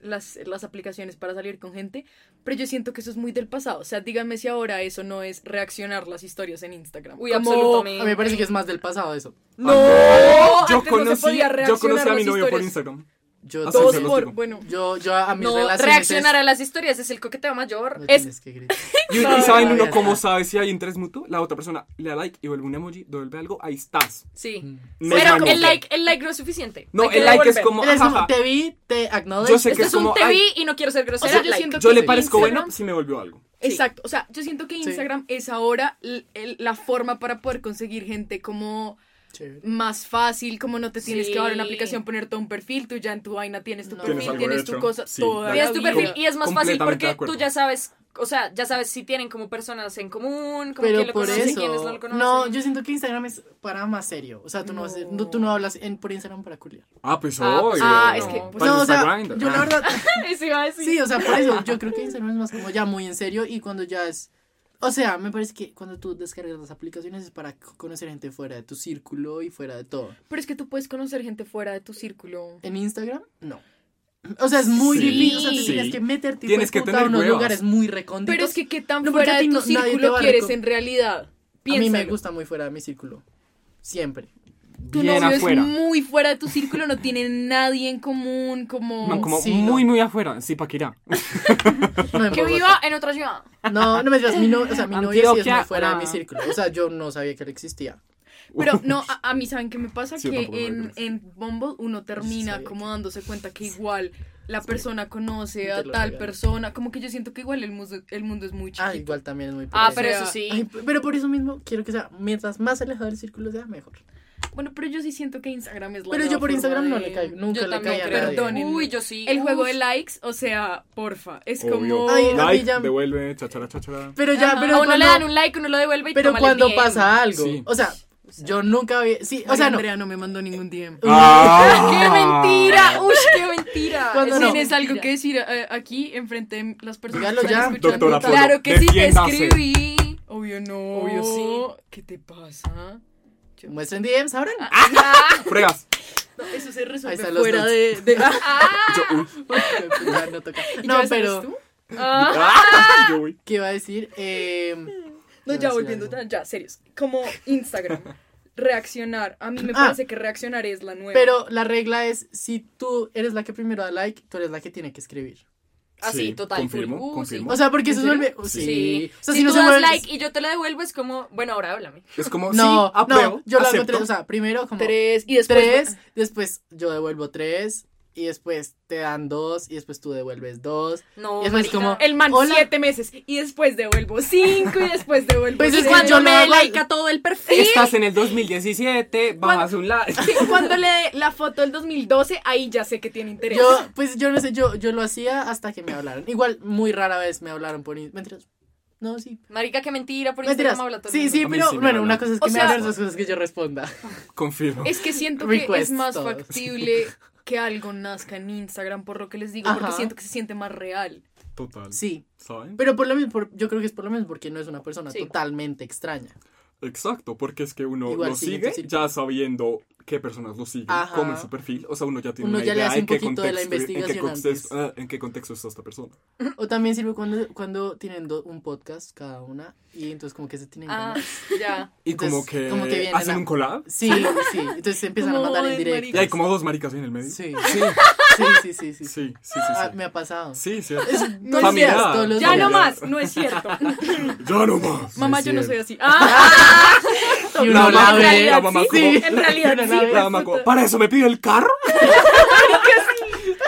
[SPEAKER 2] las, las aplicaciones para salir con gente, pero yo siento que eso es muy del pasado. O sea, díganme si ahora eso no es reaccionar las historias en Instagram.
[SPEAKER 4] Uy,
[SPEAKER 3] A
[SPEAKER 2] Como-
[SPEAKER 3] mí me
[SPEAKER 4] absolutamente.
[SPEAKER 3] parece que es más del pasado eso.
[SPEAKER 2] No, antes
[SPEAKER 1] Yo
[SPEAKER 2] no se
[SPEAKER 1] conocí,
[SPEAKER 2] podía
[SPEAKER 1] yo
[SPEAKER 2] reaccionar
[SPEAKER 1] conocí a
[SPEAKER 2] las
[SPEAKER 1] mi novio por
[SPEAKER 2] historias.
[SPEAKER 1] Instagram.
[SPEAKER 3] Yo,
[SPEAKER 1] Ah, sí,
[SPEAKER 2] Dos
[SPEAKER 1] se los
[SPEAKER 2] por,
[SPEAKER 1] digo.
[SPEAKER 2] bueno.
[SPEAKER 3] yo, yo a mis
[SPEAKER 4] No,
[SPEAKER 3] relaciones.
[SPEAKER 4] reaccionar a las historias es el coqueteo mayor.
[SPEAKER 3] Es...
[SPEAKER 4] Es
[SPEAKER 3] no tienes que gritar.
[SPEAKER 1] Y, y saben uno
[SPEAKER 3] Todavía
[SPEAKER 1] cómo
[SPEAKER 3] está.
[SPEAKER 1] sabe si hay interés mutuo. La otra persona le da like y vuelve un emoji, devuelve algo, ahí estás.
[SPEAKER 4] sí.
[SPEAKER 1] Me
[SPEAKER 4] Pero
[SPEAKER 1] ganó.
[SPEAKER 4] el like, el like no es suficiente.
[SPEAKER 1] No,
[SPEAKER 4] Hay que
[SPEAKER 1] el like es
[SPEAKER 4] devolver.
[SPEAKER 1] como.
[SPEAKER 3] Eres como,
[SPEAKER 1] ajaja.
[SPEAKER 3] te vi, te acknowledge.
[SPEAKER 1] Yo sé
[SPEAKER 4] Este
[SPEAKER 1] que
[SPEAKER 4] es un
[SPEAKER 1] como,
[SPEAKER 4] te
[SPEAKER 1] ay.
[SPEAKER 4] vi y no quiero ser
[SPEAKER 2] O
[SPEAKER 4] grosera.
[SPEAKER 2] sea, yo
[SPEAKER 4] like.
[SPEAKER 2] siento
[SPEAKER 1] Yo
[SPEAKER 2] que
[SPEAKER 1] le parezco
[SPEAKER 2] Instagram-
[SPEAKER 1] bueno pues, si me volvió algo.
[SPEAKER 2] Exacto, o sea, yo siento que Instagram es ahora l- el- la forma para poder conseguir gente como
[SPEAKER 3] Chévere.
[SPEAKER 2] más fácil, como no te tienes
[SPEAKER 4] Sí.
[SPEAKER 2] que bajar una aplicación, ponerte un perfil, tú ya en tu vaina tienes tu
[SPEAKER 3] No.
[SPEAKER 1] Tienes
[SPEAKER 2] perfil,
[SPEAKER 1] algo
[SPEAKER 2] tienes
[SPEAKER 1] hecho,
[SPEAKER 2] tu cosa,
[SPEAKER 1] sí,
[SPEAKER 2] toda la
[SPEAKER 4] Tienes tu
[SPEAKER 2] vida.
[SPEAKER 4] perfil y es más fácil
[SPEAKER 1] Completamente de
[SPEAKER 4] porque
[SPEAKER 1] acuerdo.
[SPEAKER 4] tú ya sabes, o sea, ya sabes si tienen como personas en común, como quién
[SPEAKER 3] Pero
[SPEAKER 4] lo
[SPEAKER 3] por
[SPEAKER 4] conoce,
[SPEAKER 3] eso.
[SPEAKER 4] quiénes no lo conocen.
[SPEAKER 3] No, yo siento que Instagram es para más serio. O sea, tú no, vas a- no- tú no hablas en, por Instagram para culiar.
[SPEAKER 1] Ah, pues
[SPEAKER 4] Ah, pues,
[SPEAKER 1] obvio.
[SPEAKER 2] ah, es que-
[SPEAKER 1] Para
[SPEAKER 3] No, o sea,
[SPEAKER 1] Grindr.
[SPEAKER 3] yo la
[SPEAKER 1] Ah.
[SPEAKER 3] verdad.
[SPEAKER 4] Eso iba a decir.
[SPEAKER 3] Sí, o sea, por eso yo creo que Instagram es más como ya muy en serio y cuando ya es... O sea, me parece que cuando tú descargas las aplicaciones es para c- conocer gente fuera de tu círculo y fuera de todo.
[SPEAKER 2] Pero es que tú puedes conocer gente fuera de tu círculo.
[SPEAKER 3] En Instagram, no. O sea, es muy
[SPEAKER 1] Sí.
[SPEAKER 3] difícil, o sea, te
[SPEAKER 1] Sí.
[SPEAKER 3] tienes que meterte
[SPEAKER 1] Tienes
[SPEAKER 3] hijo de
[SPEAKER 1] que
[SPEAKER 3] puta,
[SPEAKER 1] tener
[SPEAKER 3] a unos
[SPEAKER 1] huevas.
[SPEAKER 3] lugares muy recónditos.
[SPEAKER 2] Pero es que qué tan
[SPEAKER 3] No, porque
[SPEAKER 2] fuera
[SPEAKER 3] a ti
[SPEAKER 2] de tu
[SPEAKER 3] no- nadie te
[SPEAKER 2] círculo
[SPEAKER 3] va a
[SPEAKER 2] quieres
[SPEAKER 3] recom-
[SPEAKER 2] en realidad.
[SPEAKER 3] a mí me
[SPEAKER 2] Piénsalo.
[SPEAKER 3] gusta muy fuera de mi círculo. Siempre.
[SPEAKER 2] Tu
[SPEAKER 1] Bien
[SPEAKER 2] novio
[SPEAKER 1] afuera.
[SPEAKER 2] es muy fuera de tu círculo, no tiene nadie en común, como...
[SPEAKER 1] No, como
[SPEAKER 3] Sí,
[SPEAKER 1] muy,
[SPEAKER 3] no.
[SPEAKER 1] muy afuera. Sí, Paquirá.
[SPEAKER 3] No en Bogotá.
[SPEAKER 4] que viva en otra ciudad.
[SPEAKER 3] No, no me digas, mi novio, o sea, mi novio sí es muy
[SPEAKER 1] Antioquia,
[SPEAKER 3] fuera de
[SPEAKER 1] ah.
[SPEAKER 3] mi círculo. O sea, yo no sabía que él existía.
[SPEAKER 2] Pero no, a, a mí saben que me pasa
[SPEAKER 1] Sí, yo
[SPEAKER 2] que
[SPEAKER 1] tampoco me
[SPEAKER 2] en,
[SPEAKER 1] acuerdo.
[SPEAKER 2] en Bumble uno termina
[SPEAKER 3] sabía
[SPEAKER 2] como dándose cuenta que igual la persona conoce a
[SPEAKER 3] Te lo
[SPEAKER 2] tal
[SPEAKER 3] regalan.
[SPEAKER 2] persona, como que yo siento que igual el mundo, el mundo es muy
[SPEAKER 3] Ah,
[SPEAKER 2] chiquito.
[SPEAKER 3] igual también es muy
[SPEAKER 4] Ah,
[SPEAKER 3] pobre.
[SPEAKER 4] pero
[SPEAKER 2] O sea,
[SPEAKER 4] eso sí.
[SPEAKER 3] Ay, p- pero por eso mismo quiero que sea, mientras más alejado del círculo sea, mejor.
[SPEAKER 2] Bueno, pero yo sí siento que Instagram es la
[SPEAKER 3] Pero
[SPEAKER 2] nueva
[SPEAKER 3] yo por
[SPEAKER 2] forma
[SPEAKER 3] Instagram no
[SPEAKER 2] de-
[SPEAKER 3] le caigo, nunca
[SPEAKER 4] pues, yo
[SPEAKER 3] le
[SPEAKER 4] también
[SPEAKER 3] caí a
[SPEAKER 4] creo.
[SPEAKER 3] nadie.
[SPEAKER 2] Perdón.
[SPEAKER 4] Uy, yo sí.
[SPEAKER 2] El juego
[SPEAKER 4] Uf.
[SPEAKER 2] de likes, o sea, porfa, es
[SPEAKER 1] Obvio.
[SPEAKER 2] como...
[SPEAKER 3] Ay, a mí
[SPEAKER 1] Like,
[SPEAKER 3] ya-
[SPEAKER 1] devuelve, chachara, chachara.
[SPEAKER 3] Pero ya,
[SPEAKER 4] Ajá.
[SPEAKER 3] pero
[SPEAKER 4] a uno
[SPEAKER 3] cuando,
[SPEAKER 4] le dan un like, uno lo devuelve y
[SPEAKER 3] pero
[SPEAKER 4] tómale
[SPEAKER 3] cuando
[SPEAKER 4] bien.
[SPEAKER 3] pasa algo,
[SPEAKER 1] Sí.
[SPEAKER 3] o sea, yo nunca vi, sí, o
[SPEAKER 2] María
[SPEAKER 3] sea, no.
[SPEAKER 2] Andrea no me mandó ningún DM.
[SPEAKER 4] ¡Qué
[SPEAKER 1] ¡Ah!
[SPEAKER 4] mentira! ¡Uy, qué mentira!
[SPEAKER 3] Cuando
[SPEAKER 4] Eso
[SPEAKER 3] no.
[SPEAKER 2] ¿Tienes algo que decir eh, aquí enfrente de las personas
[SPEAKER 3] Dígalo
[SPEAKER 2] que están
[SPEAKER 3] ya.
[SPEAKER 2] escuchando?
[SPEAKER 1] Doctora Polo,
[SPEAKER 4] Claro que sí, te
[SPEAKER 1] defiéndase.
[SPEAKER 4] escribí.
[SPEAKER 2] Obvio no.
[SPEAKER 4] Obvio
[SPEAKER 3] Oh.
[SPEAKER 4] sí.
[SPEAKER 2] ¿Qué te pasa?
[SPEAKER 3] Muestren DMs ahora.
[SPEAKER 4] Ah.
[SPEAKER 1] Pruebas.
[SPEAKER 2] No, eso se resuelve
[SPEAKER 3] están los
[SPEAKER 2] fuera
[SPEAKER 3] dos.
[SPEAKER 2] de... de-
[SPEAKER 1] Yo, uy.
[SPEAKER 3] no toca.
[SPEAKER 2] ¿Y
[SPEAKER 3] No,
[SPEAKER 2] ya sabes
[SPEAKER 3] pero
[SPEAKER 2] tú?
[SPEAKER 1] Ah, yo, uy.
[SPEAKER 3] ¿qué iba a decir? Eh,
[SPEAKER 2] No,
[SPEAKER 3] iba a decir
[SPEAKER 2] ya volviendo,
[SPEAKER 3] algo.
[SPEAKER 2] ya, ya, serios. Como Instagram. Reaccionar. A mí me
[SPEAKER 3] Ah.
[SPEAKER 2] parece que reaccionar es la nueva.
[SPEAKER 3] Pero la regla es si tú eres la que primero da like, tú eres la que tiene que escribir. Ah,
[SPEAKER 4] Así,
[SPEAKER 1] Sí,
[SPEAKER 4] total.
[SPEAKER 1] confirmo,
[SPEAKER 4] full. Uh,
[SPEAKER 1] confirmo.
[SPEAKER 3] O sea, porque
[SPEAKER 2] ¿En
[SPEAKER 3] eso se
[SPEAKER 2] serio?
[SPEAKER 3] vuelve sí.
[SPEAKER 4] Sí.
[SPEAKER 3] O sea,
[SPEAKER 4] si,
[SPEAKER 3] si, no
[SPEAKER 4] tú
[SPEAKER 3] se
[SPEAKER 4] das
[SPEAKER 3] vuelve
[SPEAKER 4] like y yo te la devuelvo, es como. Bueno, ahora háblame.
[SPEAKER 1] Es como,
[SPEAKER 3] No,
[SPEAKER 1] sí, apruebo,
[SPEAKER 3] no, yo lo hago
[SPEAKER 1] Ah, acepto.
[SPEAKER 3] tres, o sea, primero como
[SPEAKER 2] Tres, y después...
[SPEAKER 3] tres, después yo devuelvo tres, y después te dan dos, y después tú devuelves dos.
[SPEAKER 4] No,
[SPEAKER 3] Y eso es
[SPEAKER 4] marica.
[SPEAKER 3] como-
[SPEAKER 2] El man
[SPEAKER 3] Hola.
[SPEAKER 2] siete meses. Y después devuelvo cinco. Y después devuelvo
[SPEAKER 3] Pues es
[SPEAKER 2] seis.
[SPEAKER 3] que yo
[SPEAKER 4] Cuando
[SPEAKER 3] no
[SPEAKER 4] me
[SPEAKER 3] hago-
[SPEAKER 4] like a todo el perfil.
[SPEAKER 1] Estás en el 2017, bajas un like.
[SPEAKER 2] Sí, cuando le dé la foto del 2012, ahí ya sé que tiene interés.
[SPEAKER 3] Yo, pues yo no sé, yo, yo lo hacía hasta que me hablaron. Igual, muy rara vez me hablaron por in- mentiras. No, sí.
[SPEAKER 4] Marica, que mentira, por
[SPEAKER 3] Mentiras.
[SPEAKER 4] Instagram habla todo el
[SPEAKER 3] Sí,
[SPEAKER 4] mundo.
[SPEAKER 3] sí,
[SPEAKER 1] A mí
[SPEAKER 3] pero
[SPEAKER 1] sí me
[SPEAKER 3] bueno,
[SPEAKER 1] hablan.
[SPEAKER 3] una cosa es
[SPEAKER 2] O
[SPEAKER 3] que me
[SPEAKER 2] sea-
[SPEAKER 3] hablan, otras cosas es que yo responda.
[SPEAKER 1] Confirmo.
[SPEAKER 2] Es que siento que es
[SPEAKER 3] Request
[SPEAKER 2] más
[SPEAKER 3] todos.
[SPEAKER 2] factible que algo nazca en Instagram, por lo que les digo, porque
[SPEAKER 3] Ajá.
[SPEAKER 2] siento que se siente más real.
[SPEAKER 1] Total.
[SPEAKER 3] Sí,
[SPEAKER 1] ¿Saben?
[SPEAKER 3] pero por lo menos, por- yo creo que es por lo menos porque no es una persona
[SPEAKER 4] Sí.
[SPEAKER 3] totalmente extraña.
[SPEAKER 1] Exacto, porque es que uno
[SPEAKER 3] Igual
[SPEAKER 1] lo
[SPEAKER 3] sigue
[SPEAKER 1] sigue
[SPEAKER 3] tu círculo.
[SPEAKER 1] ya sabiendo qué personas lo siguen,
[SPEAKER 3] Ajá.
[SPEAKER 1] cómo es su perfil, o sea, uno ya tiene
[SPEAKER 3] Uno
[SPEAKER 1] una
[SPEAKER 3] ya le
[SPEAKER 1] idea
[SPEAKER 3] hace
[SPEAKER 1] en
[SPEAKER 3] un
[SPEAKER 1] qué
[SPEAKER 3] poquito de la
[SPEAKER 1] contexto, en qué
[SPEAKER 3] investigación
[SPEAKER 1] contexto,
[SPEAKER 3] antes.
[SPEAKER 1] ah, en qué contexto está esta persona.
[SPEAKER 3] O también sirve cuando, cuando tienen do- un podcast cada una y entonces como que se tienen
[SPEAKER 4] Ah,
[SPEAKER 3] ganas.
[SPEAKER 4] ya.
[SPEAKER 1] Y
[SPEAKER 3] Entonces,
[SPEAKER 1] como que,
[SPEAKER 3] como que vienen
[SPEAKER 1] hacen
[SPEAKER 3] a-
[SPEAKER 1] un collab.
[SPEAKER 3] Sí, sí. Entonces se empiezan a
[SPEAKER 2] Como,
[SPEAKER 3] mandar
[SPEAKER 2] "Ay,
[SPEAKER 3] en
[SPEAKER 1] Y
[SPEAKER 3] directo.
[SPEAKER 1] hay como dos maricas ahí en el medio.
[SPEAKER 3] Sí.
[SPEAKER 1] Sí,
[SPEAKER 3] Sí, sí, sí, sí.
[SPEAKER 1] sí, sí, sí.
[SPEAKER 3] Ah,
[SPEAKER 1] sí.
[SPEAKER 3] me ha pasado.
[SPEAKER 1] Sí, sí.
[SPEAKER 3] Todos los días,
[SPEAKER 1] Familiar.
[SPEAKER 3] todos los
[SPEAKER 2] Ya
[SPEAKER 3] días.
[SPEAKER 2] no más, no es cierto.
[SPEAKER 1] Ya no más.
[SPEAKER 2] Mamá,
[SPEAKER 1] Sí,
[SPEAKER 2] yo no
[SPEAKER 1] sí.
[SPEAKER 2] soy así. ¡Ah!
[SPEAKER 3] Y uno la
[SPEAKER 1] La mamá,
[SPEAKER 3] ve.
[SPEAKER 1] la mamá,
[SPEAKER 3] sí.
[SPEAKER 1] como-
[SPEAKER 2] En realidad,
[SPEAKER 3] Pero
[SPEAKER 2] sí.
[SPEAKER 3] la
[SPEAKER 1] La mamá como, ¿para eso me pide el carro?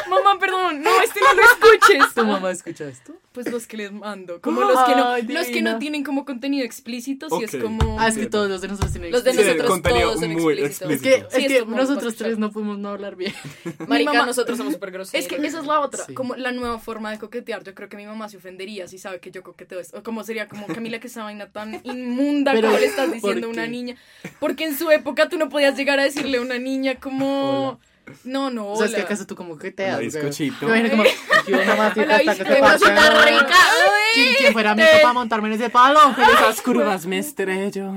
[SPEAKER 2] Mamá, perdón, no, este no lo escuches.
[SPEAKER 3] ¿Tu mamá escucha esto?
[SPEAKER 2] Pues los que les mando, como los que no,
[SPEAKER 3] Ay,
[SPEAKER 2] los que
[SPEAKER 3] divina.
[SPEAKER 2] no tienen como contenido explícito, si es
[SPEAKER 1] Ok.
[SPEAKER 2] como
[SPEAKER 3] Ah, es que
[SPEAKER 1] Entiendo.
[SPEAKER 3] todos los de nosotros tienen
[SPEAKER 4] Los de
[SPEAKER 1] Sí,
[SPEAKER 3] experiencia.
[SPEAKER 4] nosotros
[SPEAKER 1] contenido
[SPEAKER 4] todos son
[SPEAKER 1] muy explícito.
[SPEAKER 4] explícitos.
[SPEAKER 3] Es que,
[SPEAKER 2] Sí,
[SPEAKER 3] es
[SPEAKER 2] esto
[SPEAKER 3] que
[SPEAKER 2] como
[SPEAKER 3] nosotros
[SPEAKER 2] Photoshop.
[SPEAKER 3] tres no podemos no hablar bien.
[SPEAKER 4] Marica,
[SPEAKER 2] Mi mamá-
[SPEAKER 4] nosotros somos súper groseros.
[SPEAKER 2] Es que esa es la otra,
[SPEAKER 3] Sí.
[SPEAKER 2] como la nueva forma de coquetear. Yo creo que mi mamá se ofendería si sabe que yo coqueteo esto. O como sería como Camila, que esa vaina tan inmunda,
[SPEAKER 3] Pero,
[SPEAKER 2] como le estás
[SPEAKER 3] ¿por
[SPEAKER 2] diciendo a una
[SPEAKER 3] qué?
[SPEAKER 2] niña. Porque en su época tú no podías llegar a decirle a una niña como. No, no,
[SPEAKER 3] O sea, es que
[SPEAKER 2] hola.
[SPEAKER 3] acaso tú como que te
[SPEAKER 1] Hola,
[SPEAKER 3] das.
[SPEAKER 1] bizcochito.
[SPEAKER 3] Me imagino como, yo nada más te
[SPEAKER 2] Hola,
[SPEAKER 3] taca, taca,
[SPEAKER 2] bizcochito.
[SPEAKER 3] taca.
[SPEAKER 4] rica.
[SPEAKER 3] ¿Quién, quién fuera mi papá a montarme en ese palo?
[SPEAKER 1] Esas curvas me estrello.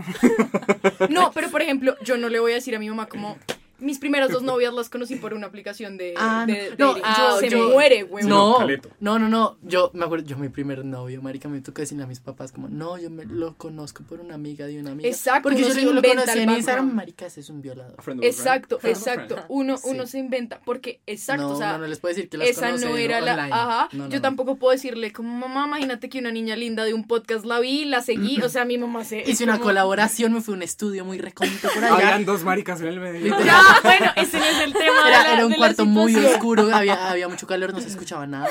[SPEAKER 2] No, pero por ejemplo, yo no le voy a decir a mi mamá como. Mis primeras dos novias las conocí por una aplicación de.
[SPEAKER 3] Ah,
[SPEAKER 2] de-
[SPEAKER 3] no. No,
[SPEAKER 2] de-
[SPEAKER 3] ah,
[SPEAKER 2] se
[SPEAKER 3] yo-
[SPEAKER 2] muere, güey.
[SPEAKER 1] no,
[SPEAKER 3] No,
[SPEAKER 1] Caleto.
[SPEAKER 3] no, no, no. Yo me acuerdo, yo mi primer novio, marica, me toca decirle a mis papás como, no, yo me lo conozco por una amiga de una amiga.
[SPEAKER 2] Exacto,
[SPEAKER 3] Porque
[SPEAKER 2] uno
[SPEAKER 3] yo
[SPEAKER 2] se
[SPEAKER 3] digo, lo
[SPEAKER 2] inventa
[SPEAKER 3] conocí
[SPEAKER 2] el
[SPEAKER 3] en
[SPEAKER 2] background.
[SPEAKER 3] Instagram, marica, ese es un violador.
[SPEAKER 2] Exacto, exacto.
[SPEAKER 1] friend.
[SPEAKER 2] Uno,
[SPEAKER 3] Sí.
[SPEAKER 2] uno se inventa. Porque, exacto,
[SPEAKER 3] no,
[SPEAKER 2] o sea.
[SPEAKER 3] no, no les puedo decir que las
[SPEAKER 2] Esa
[SPEAKER 3] conoce
[SPEAKER 2] no era la.
[SPEAKER 3] online.
[SPEAKER 2] Ajá.
[SPEAKER 3] No, no,
[SPEAKER 2] yo
[SPEAKER 3] no.
[SPEAKER 2] tampoco puedo decirle, como mamá, imagínate que una niña linda de un podcast la vi, la seguí. O sea, mi mamá se. es
[SPEAKER 3] Hice una
[SPEAKER 2] como-
[SPEAKER 3] colaboración, me fui a un estudio muy recóndito por allá.
[SPEAKER 1] Habían dos maricas en el medio.
[SPEAKER 3] Literal.
[SPEAKER 2] Ya, bueno, ese no es el tema. de la-
[SPEAKER 3] Era, era un
[SPEAKER 2] de la
[SPEAKER 3] cuarto muy
[SPEAKER 2] situación.
[SPEAKER 3] oscuro, había, había mucho calor, no se escuchaba nada.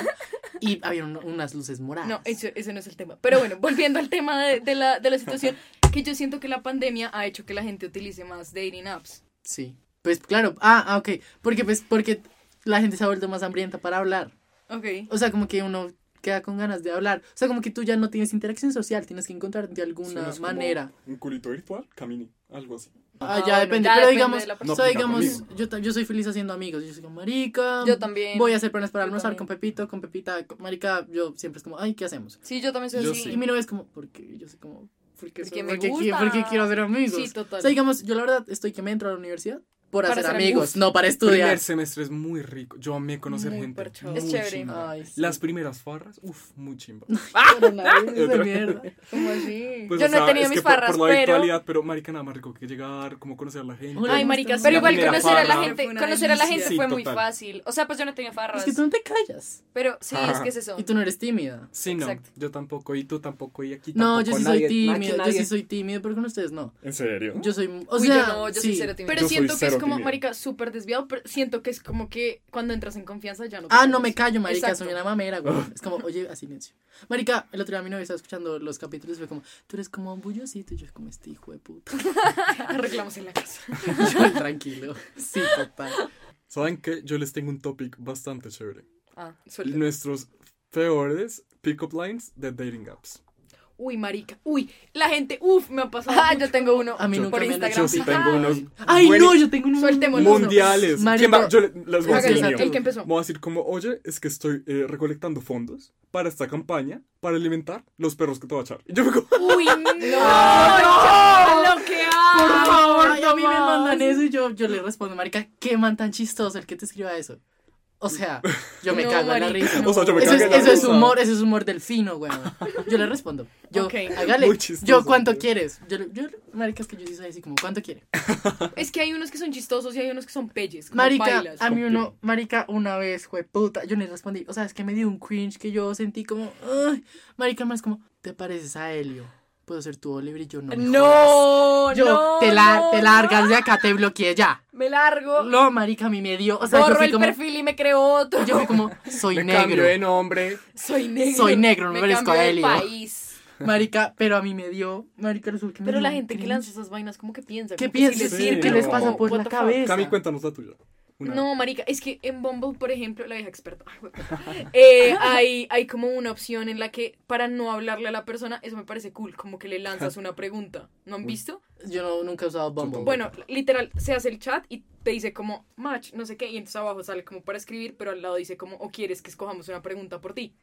[SPEAKER 3] Y había un- unas luces moradas.
[SPEAKER 2] No, ese, ese no es el tema. Pero bueno, volviendo al tema de, de la, de la situación, que yo siento que la pandemia ha hecho que la gente utilice más dating apps.
[SPEAKER 3] Sí. Pues claro, ah, ah, ok. Porque, pues, porque la gente se ha vuelto más hambrienta para hablar.
[SPEAKER 2] Ok.
[SPEAKER 3] O sea, como que uno queda con ganas de hablar. O sea, como que tú ya no tienes interacción social, tienes que encontrar de alguna manera.
[SPEAKER 1] Un culito virtual, camine, algo así.
[SPEAKER 3] Ah,
[SPEAKER 2] Ah,
[SPEAKER 3] ya depende. pero
[SPEAKER 2] bueno, ya depende de la
[SPEAKER 3] digamos,
[SPEAKER 1] persona.
[SPEAKER 3] o sea,
[SPEAKER 1] No,
[SPEAKER 3] digamos,
[SPEAKER 1] conmigo.
[SPEAKER 3] yo, ta- yo soy feliz haciendo amigos. Yo soy como, marica.
[SPEAKER 4] Yo también.
[SPEAKER 3] Voy a hacer planes para
[SPEAKER 4] Yo
[SPEAKER 3] almorzar con
[SPEAKER 4] también.
[SPEAKER 3] Pepito, con Pepita, con Marica. Yo siempre es como, ay, ¿qué hacemos?
[SPEAKER 4] Sí, yo también soy
[SPEAKER 1] Yo
[SPEAKER 4] así.
[SPEAKER 1] sí.
[SPEAKER 3] Y mi novia es como, ¿por qué? Y Yo soy como, ¿por qué?
[SPEAKER 4] Porque
[SPEAKER 3] soy-
[SPEAKER 4] me
[SPEAKER 3] porque qui-
[SPEAKER 4] gusta.
[SPEAKER 3] porque quiero hacer amigos?
[SPEAKER 2] Sí, total.
[SPEAKER 3] O sea, digamos, yo la verdad estoy que me entro a la universidad por
[SPEAKER 2] Para
[SPEAKER 3] hacer
[SPEAKER 2] hacer
[SPEAKER 3] amigos, no para estudiar.
[SPEAKER 1] Primer semestre es muy rico. Yo amé conocer
[SPEAKER 2] Muy
[SPEAKER 1] gente.
[SPEAKER 2] parchado.
[SPEAKER 4] Es
[SPEAKER 1] muy
[SPEAKER 4] chévere.
[SPEAKER 1] chimba.
[SPEAKER 3] Ay, sí.
[SPEAKER 1] Las primeras farras, uff, muy chimba.
[SPEAKER 3] Pero la vida es de mierda.
[SPEAKER 2] ¿Cómo así?
[SPEAKER 1] Pues,
[SPEAKER 4] Yo
[SPEAKER 1] o
[SPEAKER 4] no he
[SPEAKER 1] sea,
[SPEAKER 4] tenido
[SPEAKER 1] es
[SPEAKER 4] mis
[SPEAKER 1] que por-
[SPEAKER 4] farras,
[SPEAKER 1] por la
[SPEAKER 4] pero-
[SPEAKER 1] virtualidad, pero marica, nada más rico que llegar, como conocer a la gente.
[SPEAKER 3] Hola.
[SPEAKER 2] Ay, marica,
[SPEAKER 4] Pero
[SPEAKER 1] La
[SPEAKER 4] igual
[SPEAKER 1] primera
[SPEAKER 4] conocer a la
[SPEAKER 1] farra.
[SPEAKER 4] gente,
[SPEAKER 2] Fue una
[SPEAKER 4] conocer a la
[SPEAKER 2] delicia.
[SPEAKER 4] gente
[SPEAKER 1] Sí,
[SPEAKER 4] fue muy
[SPEAKER 1] total.
[SPEAKER 4] fácil. O sea, pues yo no tenía farras.
[SPEAKER 3] Es que tú no te callas.
[SPEAKER 4] Pero sí,
[SPEAKER 1] Ajá.
[SPEAKER 4] es que es eso.
[SPEAKER 3] Y tú no eres tímida.
[SPEAKER 1] Sí, no,
[SPEAKER 4] Exacto.
[SPEAKER 1] yo tampoco, y tú tampoco, y aquí
[SPEAKER 3] No,
[SPEAKER 1] tampoco.
[SPEAKER 3] yo sí soy
[SPEAKER 1] nadie- aquí
[SPEAKER 3] tímida. Yo
[SPEAKER 1] nadie-
[SPEAKER 3] sí soy tímida, pero con ustedes no.
[SPEAKER 1] ¿En serio?
[SPEAKER 3] Yo soy. O
[SPEAKER 4] Uy,
[SPEAKER 3] sea,
[SPEAKER 4] yo no, yo soy
[SPEAKER 3] sí.
[SPEAKER 4] cero tímida.
[SPEAKER 2] Pero
[SPEAKER 1] Yo soy
[SPEAKER 2] siento que es
[SPEAKER 1] cero
[SPEAKER 2] como,
[SPEAKER 1] tímido.
[SPEAKER 2] marica, súper desviado, pero siento que es como que cuando entras en confianza ya no te
[SPEAKER 3] Ah, no
[SPEAKER 2] callas.
[SPEAKER 3] me callo, marica,
[SPEAKER 2] Exacto.
[SPEAKER 3] soy una mamera, güey. Es como, oye, a silencio. Marica, el otro día mi novia estaba escuchando los capítulos y fue como, tú eres como un bullocito. Y yo, como este hijo de puta.
[SPEAKER 2] Arreglamos en la casa.
[SPEAKER 3] Yo, tranquilo. Sí, papá.
[SPEAKER 1] ¿Saben qué? Yo les tengo un topic bastante chévere.
[SPEAKER 4] Ah.
[SPEAKER 2] Suelta.
[SPEAKER 1] Nuestros peores pick-up lines de dating apps.
[SPEAKER 2] Uy, marica. Uy, la gente, uf, me ha pasado.
[SPEAKER 4] Ah,
[SPEAKER 2] mucho.
[SPEAKER 4] yo tengo uno.
[SPEAKER 3] A mí
[SPEAKER 1] Yo-
[SPEAKER 3] nunca
[SPEAKER 4] por
[SPEAKER 3] me han
[SPEAKER 4] Instagram.
[SPEAKER 1] Yo
[SPEAKER 3] hecho
[SPEAKER 1] sí
[SPEAKER 3] pic.
[SPEAKER 1] tengo unos
[SPEAKER 3] Ay, no,
[SPEAKER 1] buenos
[SPEAKER 3] yo tengo un
[SPEAKER 2] Soltémoslo. Buenos
[SPEAKER 1] mundiales.
[SPEAKER 3] Marica.
[SPEAKER 1] ¿Quién va? Yo le- les voy
[SPEAKER 3] Hágale,
[SPEAKER 1] a decir el
[SPEAKER 2] Hágale,
[SPEAKER 1] mío.
[SPEAKER 3] Santi.
[SPEAKER 2] el que empezó.
[SPEAKER 1] Voy a decir como, oye, es que estoy eh, recolectando fondos para esta campaña, para alimentar los perros que te va a echar. Y yo me como,
[SPEAKER 2] Uy, no, no, lo que
[SPEAKER 3] Por
[SPEAKER 2] hago.
[SPEAKER 3] favor,
[SPEAKER 2] Ay,
[SPEAKER 3] a mí me
[SPEAKER 2] mamá.
[SPEAKER 3] mandan eso y yo, yo le respondo, marica, qué man tan chistoso el que te escriba eso. O sea, yo me
[SPEAKER 2] No,
[SPEAKER 3] cago en la
[SPEAKER 2] marica,
[SPEAKER 3] risa.
[SPEAKER 2] no.
[SPEAKER 1] O sea, yo me
[SPEAKER 3] Eso es,
[SPEAKER 1] cago en la
[SPEAKER 3] eso es
[SPEAKER 1] risa.
[SPEAKER 3] humor, eso es humor delfino, güey. Yo le respondo. Yo, ah,
[SPEAKER 2] Ok.
[SPEAKER 3] hágale.
[SPEAKER 1] Muy chistoso,
[SPEAKER 3] yo, ¿cuánto
[SPEAKER 1] güey.
[SPEAKER 3] quieres? Yo, le- yo, marica, es que yo sí soy así como, ¿cuánto quiere?
[SPEAKER 2] Es que hay unos que son chistosos y hay unos que son pelles. como
[SPEAKER 3] Marica,
[SPEAKER 2] bailas.
[SPEAKER 3] a mí uno, marica, una vez, güey, puta, yo le respondí. O sea, es que me dio un cringe que yo sentí como, ay, marica, más como, ¿te pareces a Helio? Puedo ser tu Oliver y yo no. me jodas.
[SPEAKER 4] No,
[SPEAKER 3] Yo,
[SPEAKER 4] no,
[SPEAKER 3] te, la,
[SPEAKER 4] no,
[SPEAKER 3] te largas de acá, te bloqueé ya.
[SPEAKER 4] no. Me largo.
[SPEAKER 3] No, marica, a mí me dio. O sea, yo
[SPEAKER 4] borro
[SPEAKER 3] fui
[SPEAKER 4] el
[SPEAKER 3] como.
[SPEAKER 4] perfil y me creo otro.
[SPEAKER 3] Yo fui como, soy
[SPEAKER 1] me
[SPEAKER 3] negro.
[SPEAKER 1] cambio de nombre.
[SPEAKER 4] soy negro.
[SPEAKER 3] Soy negro, no
[SPEAKER 4] me
[SPEAKER 3] merezco
[SPEAKER 4] cambio
[SPEAKER 3] a
[SPEAKER 4] de
[SPEAKER 3] Elio.
[SPEAKER 4] país.
[SPEAKER 3] Marica, pero a mí me dio. Marica, resulta que me
[SPEAKER 2] Pero
[SPEAKER 3] dio
[SPEAKER 2] la
[SPEAKER 3] un
[SPEAKER 2] gente que
[SPEAKER 3] cringe.
[SPEAKER 2] lanza esas vainas, ¿cómo que piensa?
[SPEAKER 3] Mm. ¿Qué
[SPEAKER 2] Como que
[SPEAKER 3] piensan?
[SPEAKER 1] sí,
[SPEAKER 2] sirve,
[SPEAKER 3] ¿Qué
[SPEAKER 1] no.
[SPEAKER 3] les pasa por
[SPEAKER 2] What
[SPEAKER 3] la
[SPEAKER 2] the fuck?
[SPEAKER 3] cabeza?
[SPEAKER 1] Cami, cuéntanos la tuya. Una.
[SPEAKER 2] No, marica, es que en Bumble, por ejemplo, la vieja experta, ay, hueputa, eh, hay, hay como una opción en la que para no hablarle a la persona, eso me parece cool, como que le lanzas una pregunta. ¿No han visto?
[SPEAKER 3] Yo no, nunca he usado Bumble.
[SPEAKER 1] Yo
[SPEAKER 2] Bueno, literal, se hace el chat y te dice como match, no sé qué, y entonces abajo sale como para escribir, pero al lado dice como o quieres que escojamos una pregunta por ti.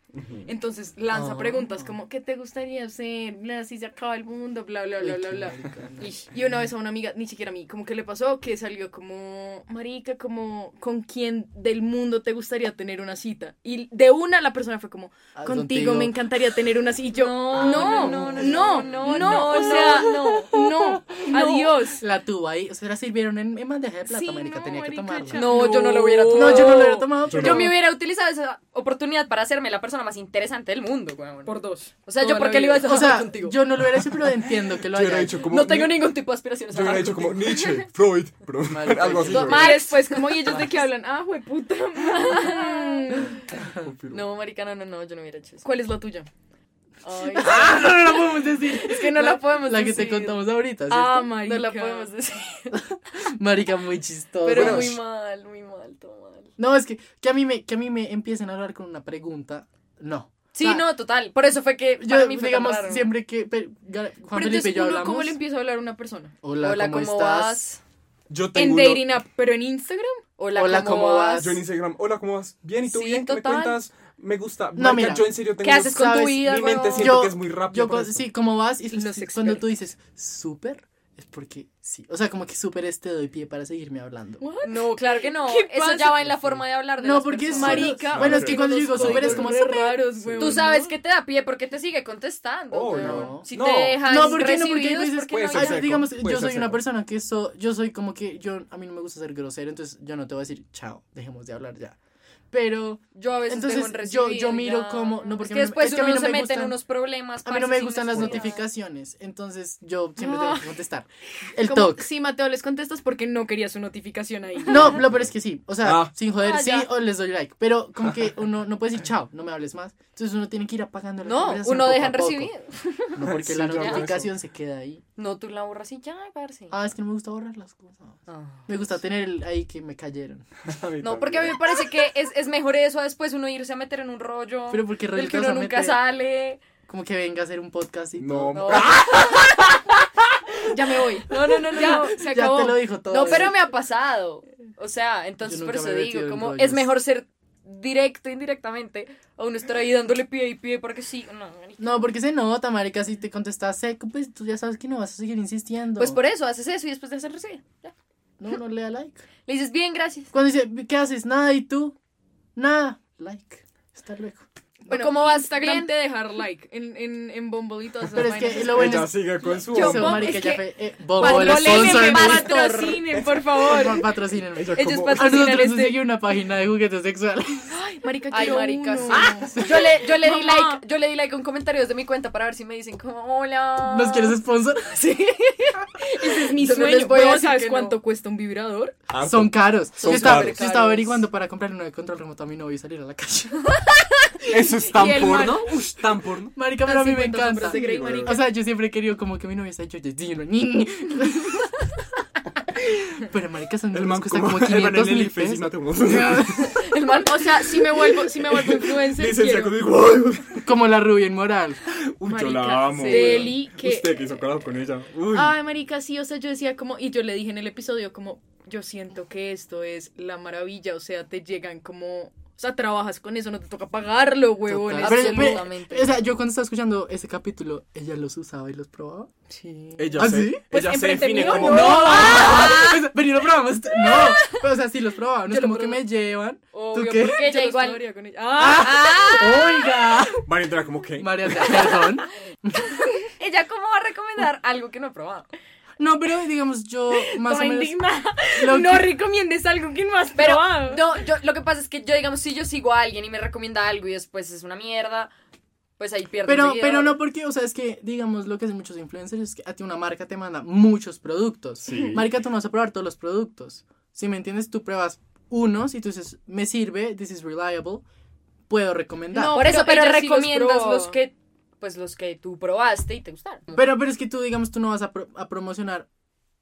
[SPEAKER 2] Entonces lanza
[SPEAKER 3] Ah.
[SPEAKER 2] preguntas como ¿qué te gustaría hacer? Bla, si se acaba el mundo, bla, bla, bla,
[SPEAKER 3] Uy,
[SPEAKER 2] bla,
[SPEAKER 3] qué
[SPEAKER 2] bla.
[SPEAKER 3] marica, no.
[SPEAKER 2] Y, y una vez a una amiga, ni siquiera a mí, como que le pasó que salió como, marica, como, ¿con quién del mundo te gustaría tener una cita? Y de una la persona fue como,
[SPEAKER 3] Ah,
[SPEAKER 2] contigo, me encantaría tener una cita. Y yo, no, no, no, no,
[SPEAKER 4] no, no,
[SPEAKER 2] o sea,
[SPEAKER 4] no.
[SPEAKER 2] no, adiós.
[SPEAKER 3] La tuvo ahí. O sea, la sirvieron en, en bandeja de plata,
[SPEAKER 2] Sí,
[SPEAKER 3] marica.
[SPEAKER 2] no,
[SPEAKER 3] tenía que
[SPEAKER 2] marica,
[SPEAKER 3] tomarla.
[SPEAKER 2] ya.
[SPEAKER 4] No, yo no lo hubiera
[SPEAKER 2] No,
[SPEAKER 4] tomado.
[SPEAKER 3] No, yo no lo hubiera tomado,
[SPEAKER 1] Yo
[SPEAKER 3] pero.
[SPEAKER 4] Yo me hubiera utilizado esa oportunidad para hacerme la persona más interesante del mundo, weón.
[SPEAKER 2] Por dos.
[SPEAKER 4] O sea,
[SPEAKER 2] Toda la
[SPEAKER 4] yo por qué le iba a
[SPEAKER 2] vida.
[SPEAKER 4] decir
[SPEAKER 3] O sea,
[SPEAKER 4] contigo.
[SPEAKER 3] yo no lo hubiera hecho, pero entiendo que lo
[SPEAKER 1] Yo
[SPEAKER 3] haya
[SPEAKER 1] hubiera dicho como.
[SPEAKER 4] no tengo
[SPEAKER 1] ni-
[SPEAKER 4] ningún tipo de aspiraciones.
[SPEAKER 1] Yo hubiera
[SPEAKER 4] Ajá.
[SPEAKER 1] dicho como Nietzsche, Freud, pero
[SPEAKER 3] Marica,
[SPEAKER 1] algo así.
[SPEAKER 3] yo-
[SPEAKER 1] pero-
[SPEAKER 2] Y después, pues, como, ¿y ellos de qué hablan? Ah, puta.
[SPEAKER 1] confirmo.
[SPEAKER 4] No, marica, no, no, no, yo no hubiera hecho eso.
[SPEAKER 2] ¿Cuál es la tuya?
[SPEAKER 4] Ay,
[SPEAKER 3] ¡Ah! No, no la podemos decir.
[SPEAKER 4] es que no la podemos
[SPEAKER 3] La que
[SPEAKER 4] decir.
[SPEAKER 3] te contamos ahorita. ¿cierto?
[SPEAKER 2] Ah,
[SPEAKER 4] No la
[SPEAKER 2] marica.
[SPEAKER 4] podemos decir.
[SPEAKER 3] Marica, muy chistosa.
[SPEAKER 4] Pero
[SPEAKER 1] Bueno,
[SPEAKER 4] muy
[SPEAKER 1] sh-
[SPEAKER 4] mal, muy mal, todo mal.
[SPEAKER 3] No, es que, que, a mí me, que a mí me empiecen a hablar con una pregunta. No.
[SPEAKER 4] Sí,
[SPEAKER 3] O sea,
[SPEAKER 4] no, total. Por eso fue que
[SPEAKER 3] Yo,
[SPEAKER 4] para mí fue
[SPEAKER 3] digamos,
[SPEAKER 4] tan raro.
[SPEAKER 3] siempre que pe- Juan
[SPEAKER 2] Pero
[SPEAKER 3] Felipe y
[SPEAKER 2] entonces,
[SPEAKER 3] yo
[SPEAKER 2] uno,
[SPEAKER 3] hablamos.
[SPEAKER 2] ¿cómo le empiezo a hablar a una persona?
[SPEAKER 3] Hola,
[SPEAKER 4] Hola, ¿cómo,
[SPEAKER 3] estás?
[SPEAKER 4] vas?
[SPEAKER 1] Yo
[SPEAKER 2] En
[SPEAKER 1] tengo. uno-
[SPEAKER 2] dating app, pero en Instagram.
[SPEAKER 4] Hola,
[SPEAKER 3] Hola,
[SPEAKER 4] ¿cómo,
[SPEAKER 3] ¿cómo
[SPEAKER 4] vas?
[SPEAKER 1] Yo en Instagram, hola, ¿cómo vas? Bien, ¿y tú
[SPEAKER 4] Sí,
[SPEAKER 1] bien? ¿Qué me
[SPEAKER 4] total.
[SPEAKER 1] cuentas? Me gusta.
[SPEAKER 3] No,
[SPEAKER 1] Marica,
[SPEAKER 3] mira,
[SPEAKER 1] yo en serio tengo.
[SPEAKER 4] ¿Qué haces con tu
[SPEAKER 3] ¿Sabes?
[SPEAKER 4] vida,
[SPEAKER 1] Mi mente
[SPEAKER 4] weón?
[SPEAKER 1] siento
[SPEAKER 3] Yo-
[SPEAKER 1] que es muy rápido.
[SPEAKER 3] Yo,
[SPEAKER 1] para
[SPEAKER 3] con-
[SPEAKER 1] esto.
[SPEAKER 3] sí, ¿cómo vas? Y
[SPEAKER 2] Los
[SPEAKER 3] cuando
[SPEAKER 2] expertos.
[SPEAKER 3] tú dices súper, es porque sí. O sea, como que súper es te doy pie para seguirme hablando.
[SPEAKER 4] No, claro que no.
[SPEAKER 2] ¿Qué
[SPEAKER 4] Eso
[SPEAKER 2] pasa?
[SPEAKER 4] ya va en la forma de hablar de
[SPEAKER 3] No,
[SPEAKER 4] las
[SPEAKER 3] porque es
[SPEAKER 4] personas.
[SPEAKER 3] marica.
[SPEAKER 1] No,
[SPEAKER 3] bueno, es
[SPEAKER 1] pero-
[SPEAKER 3] que cuando yo digo
[SPEAKER 1] Los
[SPEAKER 3] súper es como
[SPEAKER 1] códigos
[SPEAKER 2] súper
[SPEAKER 3] súper.
[SPEAKER 2] raros, güey.
[SPEAKER 4] Tú sabes que te da pie porque te sigue contestando.
[SPEAKER 1] Oh,
[SPEAKER 4] weón.
[SPEAKER 3] no.
[SPEAKER 4] Si
[SPEAKER 1] No.
[SPEAKER 4] te dejas
[SPEAKER 3] No, porque no, porque
[SPEAKER 4] recibidos,
[SPEAKER 3] tú dices,
[SPEAKER 4] ¿por qué
[SPEAKER 1] Puede
[SPEAKER 4] no?
[SPEAKER 1] ser
[SPEAKER 3] Ay,
[SPEAKER 1] seco,
[SPEAKER 3] digamos,
[SPEAKER 1] puede
[SPEAKER 3] yo
[SPEAKER 1] ser
[SPEAKER 3] soy una
[SPEAKER 1] seco.
[SPEAKER 3] persona que so- yo soy como que yo a mí no me gusta ser grosero, entonces yo no te voy a decir chao, dejemos de hablar ya. Pero
[SPEAKER 4] Yo a veces
[SPEAKER 3] Entonces,
[SPEAKER 4] dejo en
[SPEAKER 3] yo-
[SPEAKER 4] recibido,
[SPEAKER 3] yo miro
[SPEAKER 4] ya.
[SPEAKER 3] como- no,
[SPEAKER 4] Es
[SPEAKER 3] porque
[SPEAKER 4] que
[SPEAKER 3] a mí no-
[SPEAKER 4] después
[SPEAKER 3] es que a
[SPEAKER 4] uno
[SPEAKER 3] mí
[SPEAKER 4] no
[SPEAKER 3] no
[SPEAKER 4] se
[SPEAKER 3] me
[SPEAKER 4] mete en
[SPEAKER 3] gustan-
[SPEAKER 4] unos problemas.
[SPEAKER 3] a mí no
[SPEAKER 4] parce,
[SPEAKER 3] me
[SPEAKER 4] sin
[SPEAKER 3] gustan las
[SPEAKER 4] necesidad.
[SPEAKER 3] notificaciones, entonces yo siempre
[SPEAKER 2] Ah.
[SPEAKER 3] tengo que contestar. El
[SPEAKER 2] Como,
[SPEAKER 3] talk.
[SPEAKER 2] Sí, Mateo, les contestas porque no quería su notificación ahí.
[SPEAKER 3] No, lo peor es que sí. O sea,
[SPEAKER 1] Ah.
[SPEAKER 3] sin joder,
[SPEAKER 4] Ah,
[SPEAKER 3] sí
[SPEAKER 4] ya.
[SPEAKER 3] o les doy like. Pero como que uno no puede decir chao, no me hables más. Entonces uno tiene que ir apagando la
[SPEAKER 4] No,
[SPEAKER 3] conversación
[SPEAKER 4] uno
[SPEAKER 3] poco
[SPEAKER 4] deja
[SPEAKER 3] a
[SPEAKER 4] en
[SPEAKER 3] poco.
[SPEAKER 4] recibido.
[SPEAKER 3] No, porque
[SPEAKER 1] Sí,
[SPEAKER 3] la
[SPEAKER 1] yo hago eso.
[SPEAKER 3] notificación se queda ahí.
[SPEAKER 4] No, tú la borras y ya, parce.
[SPEAKER 3] Ah, es que no me gusta borrar las cosas.
[SPEAKER 4] Ah.
[SPEAKER 3] Me gusta tener el ahí que me cayeron.
[SPEAKER 4] No, porque a mí me parece que es, es mejor eso a después uno irse a meter en un rollo
[SPEAKER 3] Pero porque
[SPEAKER 4] del que
[SPEAKER 3] rollitos
[SPEAKER 4] uno
[SPEAKER 3] a
[SPEAKER 4] nunca
[SPEAKER 3] meter,
[SPEAKER 4] sale.
[SPEAKER 3] Como que venga a hacer un podcast y todo.
[SPEAKER 1] No,
[SPEAKER 4] No.
[SPEAKER 2] Ya me voy.
[SPEAKER 4] No, no, no, no,
[SPEAKER 2] Ya,
[SPEAKER 4] no,
[SPEAKER 2] se
[SPEAKER 3] ya
[SPEAKER 2] acabó.
[SPEAKER 3] te lo dijo todo.
[SPEAKER 4] No, pero
[SPEAKER 3] eso.
[SPEAKER 4] me ha pasado. O sea, entonces
[SPEAKER 3] Yo
[SPEAKER 4] por
[SPEAKER 3] nunca
[SPEAKER 4] eso
[SPEAKER 3] me he metido
[SPEAKER 4] digo,
[SPEAKER 3] en
[SPEAKER 4] como
[SPEAKER 3] rollos.
[SPEAKER 4] es mejor ser directo, indirectamente, a uno estar ahí dándole pie y pie porque sí, no. marica.
[SPEAKER 3] No, porque se nota, marica, si te contestas seco, pues tú ya sabes que no vas a seguir insistiendo.
[SPEAKER 4] Pues por eso haces eso y después de hacer recibe. ya.
[SPEAKER 3] No, no le da like.
[SPEAKER 4] Le dices, bien, gracias.
[SPEAKER 3] Cuando dice, ¿qué haces? Nada, ¿y tú? Nada. Like. Hasta luego.
[SPEAKER 2] Bueno,
[SPEAKER 4] ¿Cómo vas?
[SPEAKER 2] Instagram
[SPEAKER 4] Bien.
[SPEAKER 2] te dejar like en, en, en Bumble y todas esas
[SPEAKER 3] Pero es que
[SPEAKER 2] vainas.
[SPEAKER 3] lo bueno
[SPEAKER 1] Ella
[SPEAKER 3] es...
[SPEAKER 1] sigue con su.
[SPEAKER 2] Yo-
[SPEAKER 3] Eso,
[SPEAKER 2] Bob,
[SPEAKER 3] marica,
[SPEAKER 2] es
[SPEAKER 3] ya
[SPEAKER 2] que-
[SPEAKER 3] fue... eh, Bob,
[SPEAKER 4] Cuando
[SPEAKER 3] el
[SPEAKER 4] le leen,
[SPEAKER 3] sponsor
[SPEAKER 4] me
[SPEAKER 3] de-
[SPEAKER 4] va-
[SPEAKER 2] patrocinen, por favor.
[SPEAKER 3] Por- Patrocínenme.
[SPEAKER 1] Ella
[SPEAKER 2] Ellos
[SPEAKER 1] como-
[SPEAKER 3] A
[SPEAKER 2] patrocinan
[SPEAKER 3] nosotros nos
[SPEAKER 2] este-
[SPEAKER 3] sigue una página de juguetes sexuales.
[SPEAKER 2] Ay, marica,
[SPEAKER 4] Ay,
[SPEAKER 2] quiero
[SPEAKER 4] marica,
[SPEAKER 2] uno. Ah,
[SPEAKER 4] sí. Yo le, yo le di
[SPEAKER 2] Mamá.
[SPEAKER 4] like, yo le di like a un comentario desde mi cuenta para ver si me dicen como, hola.
[SPEAKER 3] ¿Nos quieres sponsor?
[SPEAKER 2] Ese es mi
[SPEAKER 4] Yo no
[SPEAKER 2] sueño.
[SPEAKER 4] les voy a
[SPEAKER 2] Weón,
[SPEAKER 4] decir
[SPEAKER 2] ¿Sabes
[SPEAKER 4] que no.
[SPEAKER 2] cuánto cuesta un vibrador?
[SPEAKER 1] Harto.
[SPEAKER 3] Son caros.
[SPEAKER 1] Son
[SPEAKER 3] yo, estaba,
[SPEAKER 1] caros.
[SPEAKER 3] yo estaba
[SPEAKER 4] caros.
[SPEAKER 3] averiguando para comprar uno de control remoto a mi novio y salir a la calle.
[SPEAKER 1] Eso es tan
[SPEAKER 2] Y el
[SPEAKER 1] porno. Ush, tan porno.
[SPEAKER 3] Marica, pero a mí me
[SPEAKER 2] 50 sombras
[SPEAKER 3] encanta.
[SPEAKER 2] de Grey,
[SPEAKER 1] Sí, güey.
[SPEAKER 2] marica.
[SPEAKER 3] O sea, yo siempre he querido como que mi novia se ha hecho de dinero. ñi. Pero marica, son
[SPEAKER 1] El
[SPEAKER 3] unos
[SPEAKER 1] man
[SPEAKER 3] cuesta
[SPEAKER 1] como-
[SPEAKER 3] como
[SPEAKER 1] el man en
[SPEAKER 3] 500
[SPEAKER 1] el
[SPEAKER 3] mil
[SPEAKER 1] IFES, no
[SPEAKER 3] pesos.
[SPEAKER 1] te emociones.
[SPEAKER 2] El man, o sea, si me vuelvo, si me vuelvo influencer,
[SPEAKER 1] Licencia
[SPEAKER 2] quiero.
[SPEAKER 1] conmigo. Uy,
[SPEAKER 3] Como la rubia en moral.
[SPEAKER 1] yo
[SPEAKER 2] Marica,
[SPEAKER 1] la amo.
[SPEAKER 2] sí.
[SPEAKER 1] güey.
[SPEAKER 2] Deli, que- Ah,
[SPEAKER 1] Usted que hizo carajo con ella. Uy.
[SPEAKER 2] Ay, marica, sí, o sea, yo decía como, y yo le dije en el episodio como, yo siento que esto es la maravilla, o sea, te llegan como, o sea, trabajas con eso, no te toca pagarlo, huevón.
[SPEAKER 3] Total.
[SPEAKER 2] es
[SPEAKER 3] Pero-
[SPEAKER 2] solo-
[SPEAKER 4] absolutamente.
[SPEAKER 3] o sea, yo cuando estaba escuchando ese capítulo, ella los usaba y los probaba. Sí.
[SPEAKER 1] Ella
[SPEAKER 3] ¿Ah,
[SPEAKER 1] se,
[SPEAKER 3] sí?
[SPEAKER 2] Pues
[SPEAKER 1] ella se
[SPEAKER 2] enfrente
[SPEAKER 1] define
[SPEAKER 2] mío,
[SPEAKER 1] como.
[SPEAKER 2] no.
[SPEAKER 3] Pues, Vení, lo probamos. No. Pero, o sea, sí los probaba. No
[SPEAKER 2] Ah. Yo
[SPEAKER 3] es
[SPEAKER 2] lo
[SPEAKER 3] como que
[SPEAKER 2] probé.
[SPEAKER 3] me llevan.
[SPEAKER 2] Obvio,
[SPEAKER 3] qué?
[SPEAKER 2] porque
[SPEAKER 4] Ella
[SPEAKER 2] yo
[SPEAKER 4] igual.
[SPEAKER 2] estaría con ella. Ah,
[SPEAKER 3] Oiga.
[SPEAKER 1] Van a entrar como que.
[SPEAKER 3] María, perdón.
[SPEAKER 4] Ella cómo va a recomendar algo que no he probado.
[SPEAKER 3] No, pero digamos, yo más
[SPEAKER 2] toda
[SPEAKER 3] o menos.
[SPEAKER 2] indignada.
[SPEAKER 3] lo
[SPEAKER 2] No
[SPEAKER 3] que-
[SPEAKER 2] recomiendes algo que no has
[SPEAKER 4] Pero
[SPEAKER 2] probado.
[SPEAKER 4] no, yo lo que pasa es que yo digamos si yo sigo a alguien y me recomienda algo y después es una mierda, pues ahí pierdo
[SPEAKER 3] Pero,
[SPEAKER 4] un seguidor.
[SPEAKER 3] pero no porque, o sea, es que, digamos, lo que hacen muchos influencers es que a ti una marca te manda muchos productos.
[SPEAKER 1] Sí.
[SPEAKER 3] Marica, tú no vas a probar todos los productos. Si me entiendes, tú pruebas unos y tú dices, me sirve, this is reliable, puedo recomendar.
[SPEAKER 2] No,
[SPEAKER 4] Por eso,
[SPEAKER 2] pero
[SPEAKER 4] pero,
[SPEAKER 2] ella sí los
[SPEAKER 4] recomiendas
[SPEAKER 2] probó.
[SPEAKER 4] los que pues los que tú probaste y te gustaron.
[SPEAKER 3] Pero, pero es que tú, digamos, tú no vas a, pro- a promocionar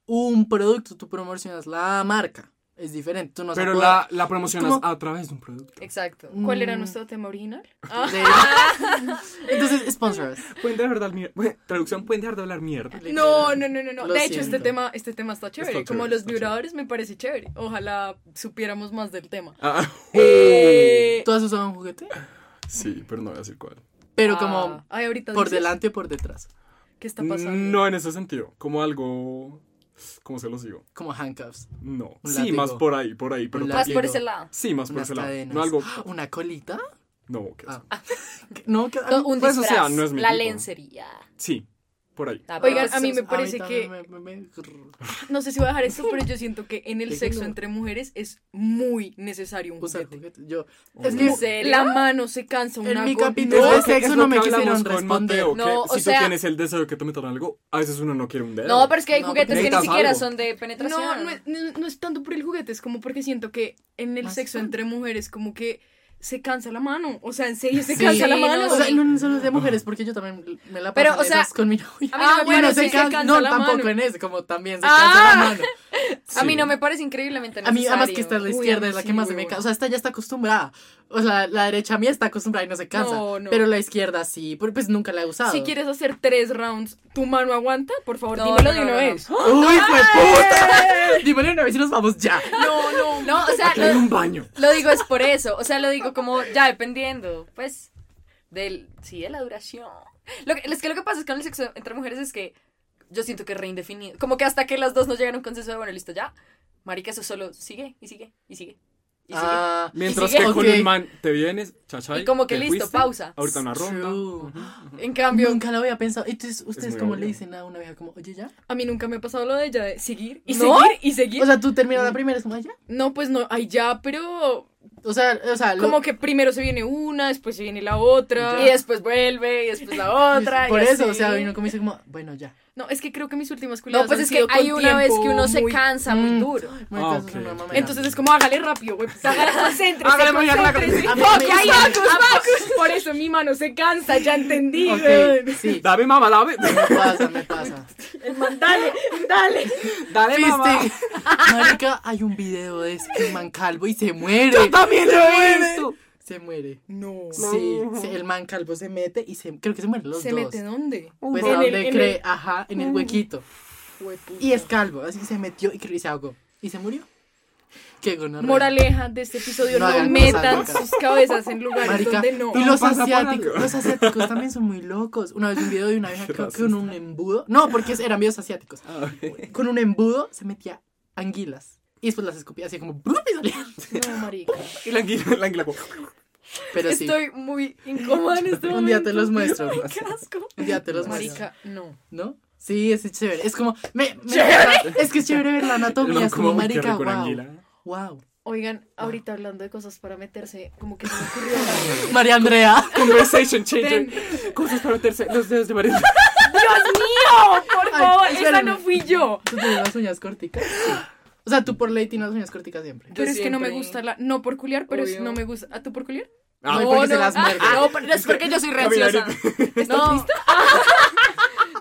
[SPEAKER 3] un producto, tú promocionas la marca. es diferente. Tú no
[SPEAKER 1] Pero
[SPEAKER 3] se
[SPEAKER 1] la, la promocionas
[SPEAKER 3] ¿Cómo?
[SPEAKER 1] a través de un producto.
[SPEAKER 4] Exacto.
[SPEAKER 2] ¿Cuál era
[SPEAKER 3] Mm.
[SPEAKER 2] nuestro tema original? Ah.
[SPEAKER 3] puede- de- Entonces, sponsor us.
[SPEAKER 1] Pueden dejar de hablar mierda. Traducción, pueden dejar de hablar mierda.
[SPEAKER 2] No, no, no, no, no.
[SPEAKER 3] Lo
[SPEAKER 2] De hecho, este
[SPEAKER 3] siento.
[SPEAKER 2] tema, este tema está chévere.
[SPEAKER 1] chévere,
[SPEAKER 2] Como los
[SPEAKER 1] está chévere.
[SPEAKER 2] vibradores me parece chévere. Ojalá supiéramos más del tema.
[SPEAKER 1] Ah,
[SPEAKER 2] Eh,
[SPEAKER 3] ¿Tú has usado un juguete?
[SPEAKER 1] sí, pero no voy a decir cuál.
[SPEAKER 3] Pero
[SPEAKER 2] ah,
[SPEAKER 3] como
[SPEAKER 2] ay, ahorita
[SPEAKER 3] por
[SPEAKER 2] dices,
[SPEAKER 3] delante o por detrás.
[SPEAKER 2] ¿Qué está pasando?
[SPEAKER 1] No en ese sentido. Como algo. ¿Cómo se los digo?
[SPEAKER 3] Como handcuffs.
[SPEAKER 1] No.
[SPEAKER 3] Un
[SPEAKER 1] Sí, más
[SPEAKER 3] látigo.
[SPEAKER 1] por ahí, por ahí. Pero
[SPEAKER 3] Un
[SPEAKER 4] Más por
[SPEAKER 3] látigo.
[SPEAKER 4] ese lado.
[SPEAKER 1] Sí, más por
[SPEAKER 3] Unas
[SPEAKER 1] ese lado.
[SPEAKER 3] cadenas.
[SPEAKER 1] No algo.
[SPEAKER 3] ¿Una colita?
[SPEAKER 1] No, ¿qué es?
[SPEAKER 3] Ah. ¿Qué- No, que-
[SPEAKER 4] Con Un
[SPEAKER 1] Pues, o
[SPEAKER 4] disfraz.
[SPEAKER 1] sea, no es mi
[SPEAKER 4] la
[SPEAKER 1] tipo.
[SPEAKER 4] lencería.
[SPEAKER 1] Sí, por ahí.
[SPEAKER 4] Ah,
[SPEAKER 2] Oigan,
[SPEAKER 4] pero-
[SPEAKER 2] a mí me parece
[SPEAKER 3] también
[SPEAKER 2] que-
[SPEAKER 3] me- me- me- grrr.
[SPEAKER 2] No sé si voy a dejar esto, pero yo siento que en el
[SPEAKER 3] Déjelo.
[SPEAKER 2] sexo entre mujeres es muy necesario un
[SPEAKER 3] Usar
[SPEAKER 2] juguete.
[SPEAKER 3] juguete. Yo.
[SPEAKER 1] Es
[SPEAKER 4] ¿En
[SPEAKER 1] que-
[SPEAKER 4] serio?
[SPEAKER 2] La mano se cansa una
[SPEAKER 3] En mi
[SPEAKER 2] gor-
[SPEAKER 3] capítulo
[SPEAKER 2] No,
[SPEAKER 3] de
[SPEAKER 1] Es que
[SPEAKER 3] sexo
[SPEAKER 1] es lo
[SPEAKER 3] no me
[SPEAKER 1] que hablamos
[SPEAKER 3] quisieron
[SPEAKER 1] con
[SPEAKER 3] responder.
[SPEAKER 1] Mateo, que
[SPEAKER 4] No, o
[SPEAKER 1] si
[SPEAKER 4] sea-
[SPEAKER 1] tú tienes el deseo de que te metan algo, a veces uno no quiere un dedo.
[SPEAKER 4] No, pero es que hay
[SPEAKER 3] No,
[SPEAKER 4] juguetes que ni
[SPEAKER 1] necesitas
[SPEAKER 4] siquiera
[SPEAKER 1] algo.
[SPEAKER 4] son de
[SPEAKER 2] No,
[SPEAKER 4] penetración.
[SPEAKER 2] no, es- no- no es tanto por el juguete, es como porque siento que en
[SPEAKER 4] Ah,
[SPEAKER 2] el
[SPEAKER 3] Bastante.
[SPEAKER 2] sexo entre mujeres como que se cansa la mano. O sea, en serio, se
[SPEAKER 3] Sí,
[SPEAKER 2] cansa la
[SPEAKER 4] no,
[SPEAKER 2] mano.
[SPEAKER 3] O sea,
[SPEAKER 4] sí.
[SPEAKER 3] no, no solo de mujeres, porque yo también me la paso
[SPEAKER 4] Pero,
[SPEAKER 3] en
[SPEAKER 4] o sea,
[SPEAKER 3] esas con mi novia.
[SPEAKER 4] a mí no
[SPEAKER 2] Ah,
[SPEAKER 4] me
[SPEAKER 3] Y uno
[SPEAKER 4] parece
[SPEAKER 3] Ah, se
[SPEAKER 4] que
[SPEAKER 3] cansa-
[SPEAKER 2] cansa
[SPEAKER 3] no,
[SPEAKER 2] la
[SPEAKER 3] tampoco
[SPEAKER 2] mano.
[SPEAKER 3] en ese, como también se
[SPEAKER 4] Ah.
[SPEAKER 3] cansa la mano.
[SPEAKER 4] A mí
[SPEAKER 1] Sí.
[SPEAKER 4] no me parece increíblemente
[SPEAKER 3] A mí,
[SPEAKER 4] necesario.
[SPEAKER 3] además que esta es la
[SPEAKER 2] Uy, a
[SPEAKER 3] izquierda,
[SPEAKER 2] mí
[SPEAKER 3] es la que
[SPEAKER 2] sí,
[SPEAKER 3] más se me
[SPEAKER 2] huevón.
[SPEAKER 3] cansa. O sea, esta ya está acostumbrada. O sea, la derecha mía está acostumbrada y no se cansa.
[SPEAKER 2] No, no.
[SPEAKER 3] Pero la izquierda sí, porque pues nunca la he usado.
[SPEAKER 2] Si quieres hacer tres rounds, ¿tu mano aguanta? Por favor,
[SPEAKER 4] No,
[SPEAKER 2] dímelo de
[SPEAKER 4] no, no,
[SPEAKER 2] una
[SPEAKER 4] no, no.
[SPEAKER 2] vez.
[SPEAKER 3] ¡Uy, hijo de puta! Dímelo una vez y nos vamos ya.
[SPEAKER 2] No, no,
[SPEAKER 4] No, o sea,
[SPEAKER 1] Aquí hay
[SPEAKER 4] lo,
[SPEAKER 1] un baño.
[SPEAKER 4] lo digo es por eso. O sea, lo digo como ya dependiendo, pues, del. Sí, de la duración. Lo que, es que lo que pasa es que con el sexo entre mujeres es que yo siento que es reindefinido. Como que hasta que las dos no llegan a un consenso de bueno, listo, ya. Marica, eso solo sigue y sigue y sigue. Y sigue.
[SPEAKER 3] Ah,
[SPEAKER 1] Mientras
[SPEAKER 4] sigue.
[SPEAKER 1] que con
[SPEAKER 3] Ok.
[SPEAKER 1] el man te vienes, chachay.
[SPEAKER 4] Y como que
[SPEAKER 1] te
[SPEAKER 4] listo,
[SPEAKER 1] fuiste,
[SPEAKER 4] pausa.
[SPEAKER 1] Ahorita una ronda.
[SPEAKER 3] true.
[SPEAKER 2] En cambio,
[SPEAKER 3] Nunca lo había pensado. Entonces, ¿ustedes
[SPEAKER 1] muy
[SPEAKER 3] cómo
[SPEAKER 1] obvio.
[SPEAKER 3] le dicen a una vieja? Como, oye, ya.
[SPEAKER 2] a mí nunca me ha pasado lo de ya de seguir y
[SPEAKER 4] ¿No?
[SPEAKER 2] seguir y seguir.
[SPEAKER 3] O sea, tú terminas la primera, es como, "Ay, ya.
[SPEAKER 2] no, pues no, ay ya, pero
[SPEAKER 3] O sea, o sea, lo-
[SPEAKER 2] como que primero se viene una, después se viene la otra.
[SPEAKER 4] Y después vuelve, y después la otra. y
[SPEAKER 3] Por eso,
[SPEAKER 4] así.
[SPEAKER 3] o sea, uno como dice, como, bueno, ya.
[SPEAKER 2] No, es que creo que mis últimas culiadas
[SPEAKER 4] No, pues
[SPEAKER 2] han
[SPEAKER 4] es que
[SPEAKER 2] sido con
[SPEAKER 4] hay una vez
[SPEAKER 2] tiempo
[SPEAKER 4] que uno se
[SPEAKER 2] muy-
[SPEAKER 4] cansa muy
[SPEAKER 3] Mm.
[SPEAKER 4] duro.
[SPEAKER 3] Bueno,
[SPEAKER 1] Ah,
[SPEAKER 3] entonces,
[SPEAKER 1] ok.
[SPEAKER 3] no, mamá,
[SPEAKER 2] Entonces es como hágale rápido, güey. pues, hágale, concéntrese,
[SPEAKER 1] Hágale muy bien,
[SPEAKER 2] concéntrese.
[SPEAKER 3] hágale.
[SPEAKER 2] Focus,
[SPEAKER 3] A mí me gusta.
[SPEAKER 2] focus, focus. Por eso mi mano se cansa, ya entendí,
[SPEAKER 3] no.
[SPEAKER 2] güey.
[SPEAKER 3] Ok, sí.
[SPEAKER 1] Dame mamá, dame.
[SPEAKER 3] Me pasa, me pasa.
[SPEAKER 2] Dale, dale.
[SPEAKER 1] Dale mamá.
[SPEAKER 3] Fisting. Marica, hay un video de ese que el man calvo y se muere.
[SPEAKER 1] Yo también lo he visto.
[SPEAKER 3] Se muere.
[SPEAKER 2] No.
[SPEAKER 3] Sí, se- el man calvo se mete y se creo que se mueren los
[SPEAKER 2] ¿Se
[SPEAKER 3] dos.
[SPEAKER 2] mete dónde?
[SPEAKER 3] Pues
[SPEAKER 2] En
[SPEAKER 3] a
[SPEAKER 2] el-
[SPEAKER 3] donde
[SPEAKER 2] en
[SPEAKER 3] cree,
[SPEAKER 2] el- Mm.
[SPEAKER 3] ajá, en el huequito.
[SPEAKER 2] Jueputa.
[SPEAKER 3] Y es calvo, así que se metió y creo y se ahogó. Y se murió. Qué gonorrea.
[SPEAKER 2] Moraleja de este episodio,
[SPEAKER 3] No
[SPEAKER 2] no,
[SPEAKER 3] hagan cosas
[SPEAKER 2] metan
[SPEAKER 3] locas.
[SPEAKER 2] sus cabezas en lugares
[SPEAKER 3] Marica,
[SPEAKER 2] donde no.
[SPEAKER 3] y los
[SPEAKER 1] Pasa por
[SPEAKER 3] asiáticos,
[SPEAKER 1] algo.
[SPEAKER 3] los asiáticos también son muy locos. Una vez vi un video de una vieja
[SPEAKER 1] Qué
[SPEAKER 3] creo que con un embudo, no, porque es- eran videos asiáticos.
[SPEAKER 1] Ah, ok.
[SPEAKER 3] Con un embudo se metía anguilas y después las escupía así como ¡brum! y salían.
[SPEAKER 2] No, marica.
[SPEAKER 1] Y la anguila, la anguila. como-
[SPEAKER 3] Pero sí,
[SPEAKER 2] Estoy muy incómoda en este momento.
[SPEAKER 3] un día te los muestro.
[SPEAKER 2] Qué asco.
[SPEAKER 3] Un día te los muestro.
[SPEAKER 2] Marica, no.
[SPEAKER 3] ¿No? Sí, es chévere. Es como me, me- es que es chévere ver la
[SPEAKER 1] El man
[SPEAKER 3] anatomía, es como
[SPEAKER 1] como, uy, qué
[SPEAKER 3] marica,
[SPEAKER 1] rico, una
[SPEAKER 3] wow.
[SPEAKER 1] anguila.
[SPEAKER 3] Wow.
[SPEAKER 2] Oigan, ahorita hablando de cosas para meterse, como que se me ocurrió algo.
[SPEAKER 3] María Andrea.
[SPEAKER 1] Conversation changer. Cosas para meterse los dedos de María.
[SPEAKER 2] ¡Dios mío! Por
[SPEAKER 3] Ay,
[SPEAKER 2] favor, esa
[SPEAKER 3] espérame.
[SPEAKER 2] no fui yo.
[SPEAKER 3] ¿Tú tienes las uñas corticas? Sí. O sea, tú por ley tienes las uñas corticas siempre.
[SPEAKER 2] Pero es que no me
[SPEAKER 4] siempre-
[SPEAKER 2] gusta la. No por culiar, pero es-
[SPEAKER 4] Obvio.
[SPEAKER 2] no me gusta. ¿A tú por culiar?
[SPEAKER 1] Ah,
[SPEAKER 3] No, y
[SPEAKER 1] no,
[SPEAKER 3] porque se las
[SPEAKER 4] Ah,
[SPEAKER 3] muerde.
[SPEAKER 4] ah, no, pero es porque yo soy re ansiosa. No.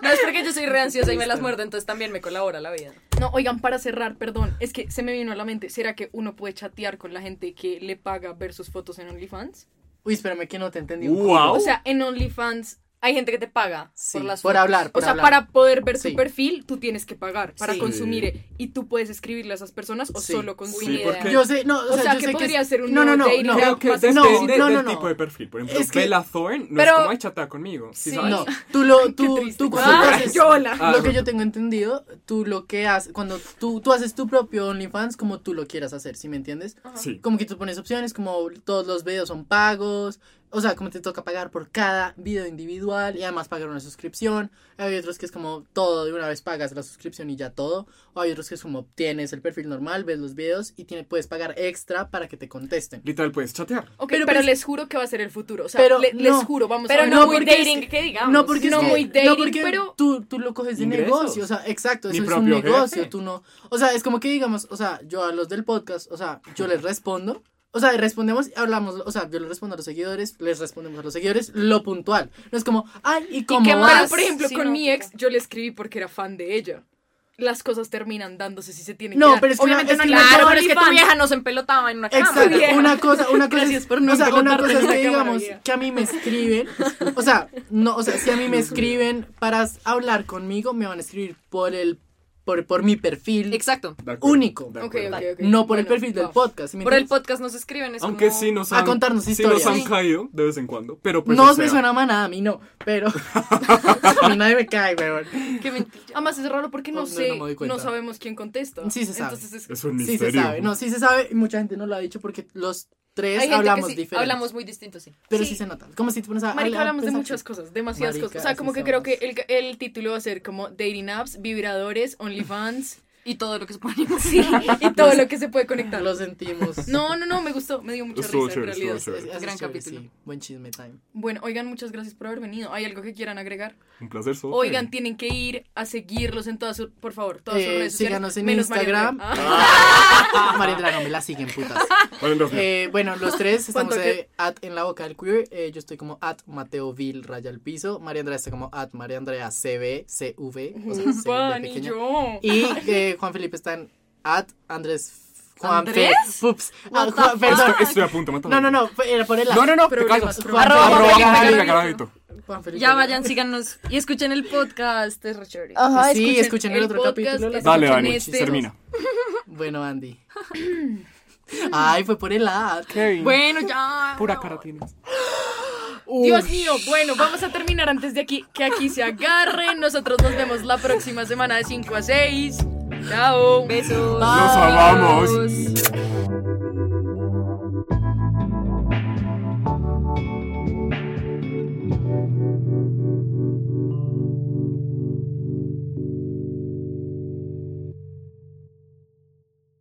[SPEAKER 4] No, es porque yo soy re ansiosa y me las muerdo, entonces también me colabora la vida.
[SPEAKER 2] No, oigan, para cerrar, perdón, es que se me vino a la mente. ¿Será que uno puede chatear con la gente que le paga ver sus fotos en OnlyFans?
[SPEAKER 3] Uy, espérame que no te entendí. un culo.
[SPEAKER 1] Wow.
[SPEAKER 2] O sea, en OnlyFans.
[SPEAKER 4] Hay gente que te paga
[SPEAKER 3] Sí,
[SPEAKER 4] por
[SPEAKER 3] por,
[SPEAKER 4] las fotos.
[SPEAKER 3] hablar, por
[SPEAKER 2] O sea,
[SPEAKER 3] hablar.
[SPEAKER 2] para poder ver su
[SPEAKER 3] Sí.
[SPEAKER 2] perfil, tú tienes que pagar para
[SPEAKER 3] Sí.
[SPEAKER 2] consumir. eh, Y tú puedes escribirle a esas personas o
[SPEAKER 3] Sí.
[SPEAKER 2] solo
[SPEAKER 4] Uy,
[SPEAKER 2] consumir.
[SPEAKER 1] sí, porque
[SPEAKER 3] Yo sé, no, o,
[SPEAKER 2] O sea,
[SPEAKER 3] yo
[SPEAKER 2] que
[SPEAKER 3] sé
[SPEAKER 2] podría
[SPEAKER 3] es-
[SPEAKER 2] ser un
[SPEAKER 3] no, no,
[SPEAKER 2] nuevo
[SPEAKER 3] no,
[SPEAKER 2] dating
[SPEAKER 3] no,
[SPEAKER 1] Creo
[SPEAKER 2] app.
[SPEAKER 1] que
[SPEAKER 2] más
[SPEAKER 1] depende
[SPEAKER 3] no,
[SPEAKER 1] del
[SPEAKER 3] no, no, no.
[SPEAKER 1] tipo de perfil. Por ejemplo,
[SPEAKER 3] Es que-
[SPEAKER 1] Bella Thorne no
[SPEAKER 4] Pero-
[SPEAKER 1] es como hay chata conmigo. ¿sí,
[SPEAKER 4] Sí.
[SPEAKER 1] sabes?
[SPEAKER 3] no, tú lo,
[SPEAKER 2] Qué
[SPEAKER 3] tú,
[SPEAKER 2] triste.
[SPEAKER 3] tú cuando tú
[SPEAKER 2] Ah,
[SPEAKER 3] haces-
[SPEAKER 2] Yola.
[SPEAKER 1] Ah,
[SPEAKER 3] lo que
[SPEAKER 1] no.
[SPEAKER 3] yo tengo entendido, tú lo que haces, cuando tú, tú haces tu propio OnlyFans como tú lo quieras hacer, ¿sí me entiendes?
[SPEAKER 1] Sí.
[SPEAKER 3] Como que tú pones opciones, como todos los videos son pagos, o sea, como te toca pagar por cada video individual y además pagar una suscripción. Hay otros que es como todo, de una vez pagas la suscripción y ya todo. O hay otros que es como tienes el perfil normal, ves los videos y tiene, puedes pagar extra para que te contesten.
[SPEAKER 1] Literal, puedes chatear.
[SPEAKER 2] Ok, pero,
[SPEAKER 3] Pero pues-
[SPEAKER 2] les juro que va a ser el futuro. O sea,
[SPEAKER 3] Pero
[SPEAKER 2] le-
[SPEAKER 3] no.
[SPEAKER 2] les juro, vamos a
[SPEAKER 4] Pero
[SPEAKER 2] ver.
[SPEAKER 4] Pues no,
[SPEAKER 3] No,
[SPEAKER 4] muy
[SPEAKER 3] porque
[SPEAKER 4] dating, que digamos.
[SPEAKER 3] No porque es
[SPEAKER 2] No
[SPEAKER 3] que-
[SPEAKER 2] muy dating,
[SPEAKER 3] no porque
[SPEAKER 2] pero-
[SPEAKER 3] tú, tú lo coges de
[SPEAKER 1] Ingresos.
[SPEAKER 3] negocio, o sea, exacto,
[SPEAKER 1] Mi
[SPEAKER 3] eso es un
[SPEAKER 1] propio jefe.
[SPEAKER 3] negocio, tú no. O sea, es como que digamos, o sea, yo a los del podcast, o sea, yo les respondo, o sea, respondemos, hablamos, o sea, yo les respondo a los seguidores, les respondemos a los seguidores lo puntual. No es como, ay, ¿y cómo
[SPEAKER 4] qué
[SPEAKER 2] Pero,
[SPEAKER 3] vas?
[SPEAKER 4] más?
[SPEAKER 2] por ejemplo,
[SPEAKER 4] Sí,
[SPEAKER 2] con
[SPEAKER 4] no,
[SPEAKER 2] mi
[SPEAKER 4] total.
[SPEAKER 2] ex, yo le escribí porque era fan de ella. las cosas terminan dándose si se tienen
[SPEAKER 3] No,
[SPEAKER 2] que dar.
[SPEAKER 3] pero es que
[SPEAKER 2] Obviamente
[SPEAKER 3] una-
[SPEAKER 2] no
[SPEAKER 3] es
[SPEAKER 2] hay
[SPEAKER 3] que
[SPEAKER 2] nada
[SPEAKER 4] Claro,
[SPEAKER 3] no,
[SPEAKER 4] pero es que tu
[SPEAKER 2] OnlyFans.
[SPEAKER 4] vieja no se empelotaba en una cama.
[SPEAKER 3] Exacto,
[SPEAKER 2] ah, bien.
[SPEAKER 4] vieja.
[SPEAKER 3] una cosa, una cosa,
[SPEAKER 2] Gracias
[SPEAKER 3] es,
[SPEAKER 2] por no
[SPEAKER 3] o sea, una
[SPEAKER 2] pelotarte
[SPEAKER 3] cosa
[SPEAKER 2] en
[SPEAKER 3] es
[SPEAKER 2] la
[SPEAKER 3] que
[SPEAKER 2] cámara,
[SPEAKER 3] digamos
[SPEAKER 2] vieja.
[SPEAKER 3] que a mí me escriben, o sea, no, o sea, si a mí me escriben para s- hablar conmigo, me van a escribir por el por, por mi perfil,
[SPEAKER 4] Exacto.
[SPEAKER 1] De acuerdo,
[SPEAKER 3] Único.
[SPEAKER 1] de
[SPEAKER 2] Ok,
[SPEAKER 1] acuerdo.
[SPEAKER 2] ok, ok.
[SPEAKER 3] no por el
[SPEAKER 2] Bueno,
[SPEAKER 3] perfil del
[SPEAKER 2] no.
[SPEAKER 3] podcast. ¿me
[SPEAKER 4] Por el
[SPEAKER 3] entiendes?
[SPEAKER 4] podcast nos escriben. Es
[SPEAKER 1] Aunque
[SPEAKER 4] como-
[SPEAKER 1] sí nos
[SPEAKER 3] A
[SPEAKER 1] han,
[SPEAKER 3] contarnos
[SPEAKER 1] sí
[SPEAKER 3] historias.
[SPEAKER 1] nos han
[SPEAKER 4] Sí.
[SPEAKER 1] caído de vez en cuando, pero pues, o
[SPEAKER 3] No
[SPEAKER 1] sea,
[SPEAKER 3] me suena a nada, a mí no, pero a mí nadie me cae, weón.
[SPEAKER 4] Qué mentira.
[SPEAKER 3] Ah,
[SPEAKER 2] Además es raro porque no,
[SPEAKER 3] No, no,
[SPEAKER 2] sé,
[SPEAKER 3] no me doy
[SPEAKER 2] no,
[SPEAKER 3] cuenta.
[SPEAKER 2] sabemos quién contesta.
[SPEAKER 3] Sí se sabe.
[SPEAKER 2] Entonces es-
[SPEAKER 1] Es un
[SPEAKER 3] Sí
[SPEAKER 1] misterio.
[SPEAKER 3] se sabe, no, sí se sabe y mucha gente no lo ha dicho porque los tres
[SPEAKER 4] Hay gente
[SPEAKER 3] hablamos
[SPEAKER 4] que sí,
[SPEAKER 3] diferente.
[SPEAKER 4] hablamos muy distinto, sí.
[SPEAKER 3] pero sí.
[SPEAKER 2] sí.
[SPEAKER 3] se nota. Como si te pones a
[SPEAKER 2] Marica,
[SPEAKER 3] hablar,
[SPEAKER 2] hablamos de
[SPEAKER 3] pensar-
[SPEAKER 2] muchas cosas, demasiadas
[SPEAKER 3] Marica,
[SPEAKER 2] cosas. O sea,
[SPEAKER 3] así
[SPEAKER 2] como que creo que
[SPEAKER 3] somos.
[SPEAKER 2] el, el título va a ser como Dating Apps, Vibradores, OnlyFans
[SPEAKER 4] Y todo lo que suponemos.
[SPEAKER 2] sí, y todo lo que se puede conectar.
[SPEAKER 3] Lo sentimos.
[SPEAKER 2] No, no, no, me gustó, me dio mucha
[SPEAKER 1] Estuvo
[SPEAKER 2] risa en
[SPEAKER 1] chévere, estuvo
[SPEAKER 2] realidad.
[SPEAKER 1] chévere.
[SPEAKER 3] Eso es
[SPEAKER 4] Gran
[SPEAKER 3] chévere,
[SPEAKER 4] capítulo.
[SPEAKER 3] sí. Buen chisme time.
[SPEAKER 2] Bueno, oigan, muchas gracias por haber venido. ¿Hay algo que quieran agregar?
[SPEAKER 1] Un placer, Sofi.
[SPEAKER 2] Oigan, tienen que ir a seguirlos en todas sus, por favor, todas sus
[SPEAKER 3] Eh,
[SPEAKER 2] redes sociales.
[SPEAKER 3] síganos en
[SPEAKER 2] menos María
[SPEAKER 3] Instagram.
[SPEAKER 2] Andrea. Ah.
[SPEAKER 3] Ah, María Andrade, no me la siguen, putas.
[SPEAKER 1] Bueno, gracias.
[SPEAKER 3] Eh, bueno, los tres estamos
[SPEAKER 2] ¿Cuánto que-
[SPEAKER 3] eh, at en la boca del queer. Eh, yo estoy como at Mateo Vil raya al piso. María Andrea está como at María Andrea CB, CV. O sea, C
[SPEAKER 2] Upa,
[SPEAKER 3] de
[SPEAKER 2] ni
[SPEAKER 3] pequeña.
[SPEAKER 2] yo.
[SPEAKER 3] Y eh, Juan Felipe está en at Andrés. Juan
[SPEAKER 4] ¿Andrés?
[SPEAKER 3] Fe- Ups.
[SPEAKER 4] What
[SPEAKER 3] Ah,
[SPEAKER 4] the
[SPEAKER 3] Juan-
[SPEAKER 4] fuck?
[SPEAKER 3] perdón.
[SPEAKER 1] Estoy a punto, mátame.
[SPEAKER 3] No, no, no. fue- Era por el
[SPEAKER 1] No, no, no, te
[SPEAKER 2] Problemas,
[SPEAKER 1] callas.
[SPEAKER 2] problemas.
[SPEAKER 3] Arroba,
[SPEAKER 1] Arroba,
[SPEAKER 3] Felipe
[SPEAKER 1] Garavito,
[SPEAKER 3] Garavito.
[SPEAKER 1] Garavito.
[SPEAKER 3] Juan Felipe
[SPEAKER 4] Ya
[SPEAKER 3] Garavito.
[SPEAKER 4] vayan, síganos y escuchen el podcast. Es re chévere.
[SPEAKER 3] Ah.
[SPEAKER 2] Ajá,
[SPEAKER 3] Sí, escuchen el otro
[SPEAKER 2] podcast,
[SPEAKER 3] capítulo.
[SPEAKER 2] escuchen
[SPEAKER 1] Dale, Dani,
[SPEAKER 2] este.
[SPEAKER 1] termina.
[SPEAKER 3] Bueno, Andy. Ay, fue por el at.
[SPEAKER 4] Bueno, ya.
[SPEAKER 1] Pura cara tienes.
[SPEAKER 2] Dios mío, bueno, vamos a terminar antes de aquí que aquí se agarren. Nosotros nos vemos la próxima semana de 5 a 6. Chao.
[SPEAKER 4] Besos.
[SPEAKER 1] amamos.
[SPEAKER 4] amigos.